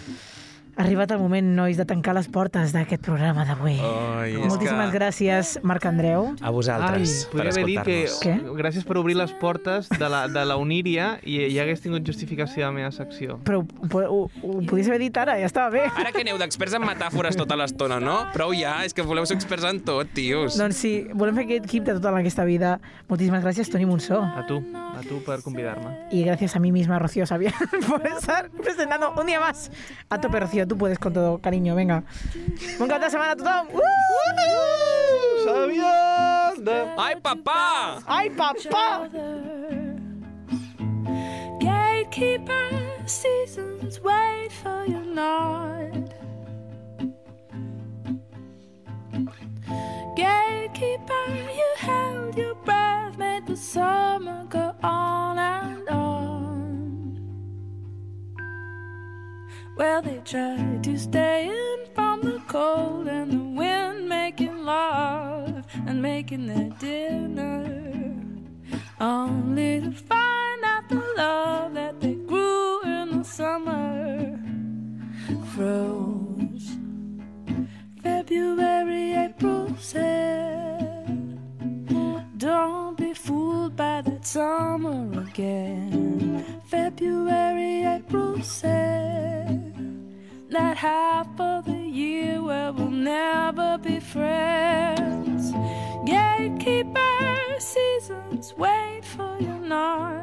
S1: Ha arribat el moment, nois, de tancar les portes d'aquest programa d'avui.
S3: Ai, Oh, és
S1: Moltíssimes
S3: que-
S1: gràcies, Marc Andreu.
S3: A vosaltres, per
S4: podria haver dit que
S3: escoltar-nos.
S1: Què?
S4: gràcies per obrir les portes de la, de la Uníria i ja hagués tingut justificació a la meva secció.
S1: Però ho, ho, ho podies haver dit ara, ja estava bé.
S3: Ara que aneu d'experts en metàfores tota l'estona, no? Prou ja, és que voleu ser experts en tot, tios.
S1: Doncs sí, volem fer aquest equip de tota aquesta vida. Moltíssimes gràcies, Toni Monsó.
S4: A tu, a tu per convidar-me.
S1: Y gracias a mí misma, Rocío Sabía, por estar presentando un día más. A tope, Rocío, tú puedes con todo, cariño, venga. Bon cap de setmana a ¡Uh! tothom! Uh!
S4: Sabien de...
S3: Ai, papà!
S1: Ai, papà!
S2: Gatekeeper, seasons wait for your nod. Gatekeeper, you held your breath, made the summer go on and on. Well, they tried to stay in from the cold and the wind, making love and making their dinner only to find out the love that they grew in the summer froze. February, April said, Don't be fooled by that summer again. February, April said, That half of the year where we'll never be friends. Gatekeeper, seasons wait for your nod. Mm-hmm.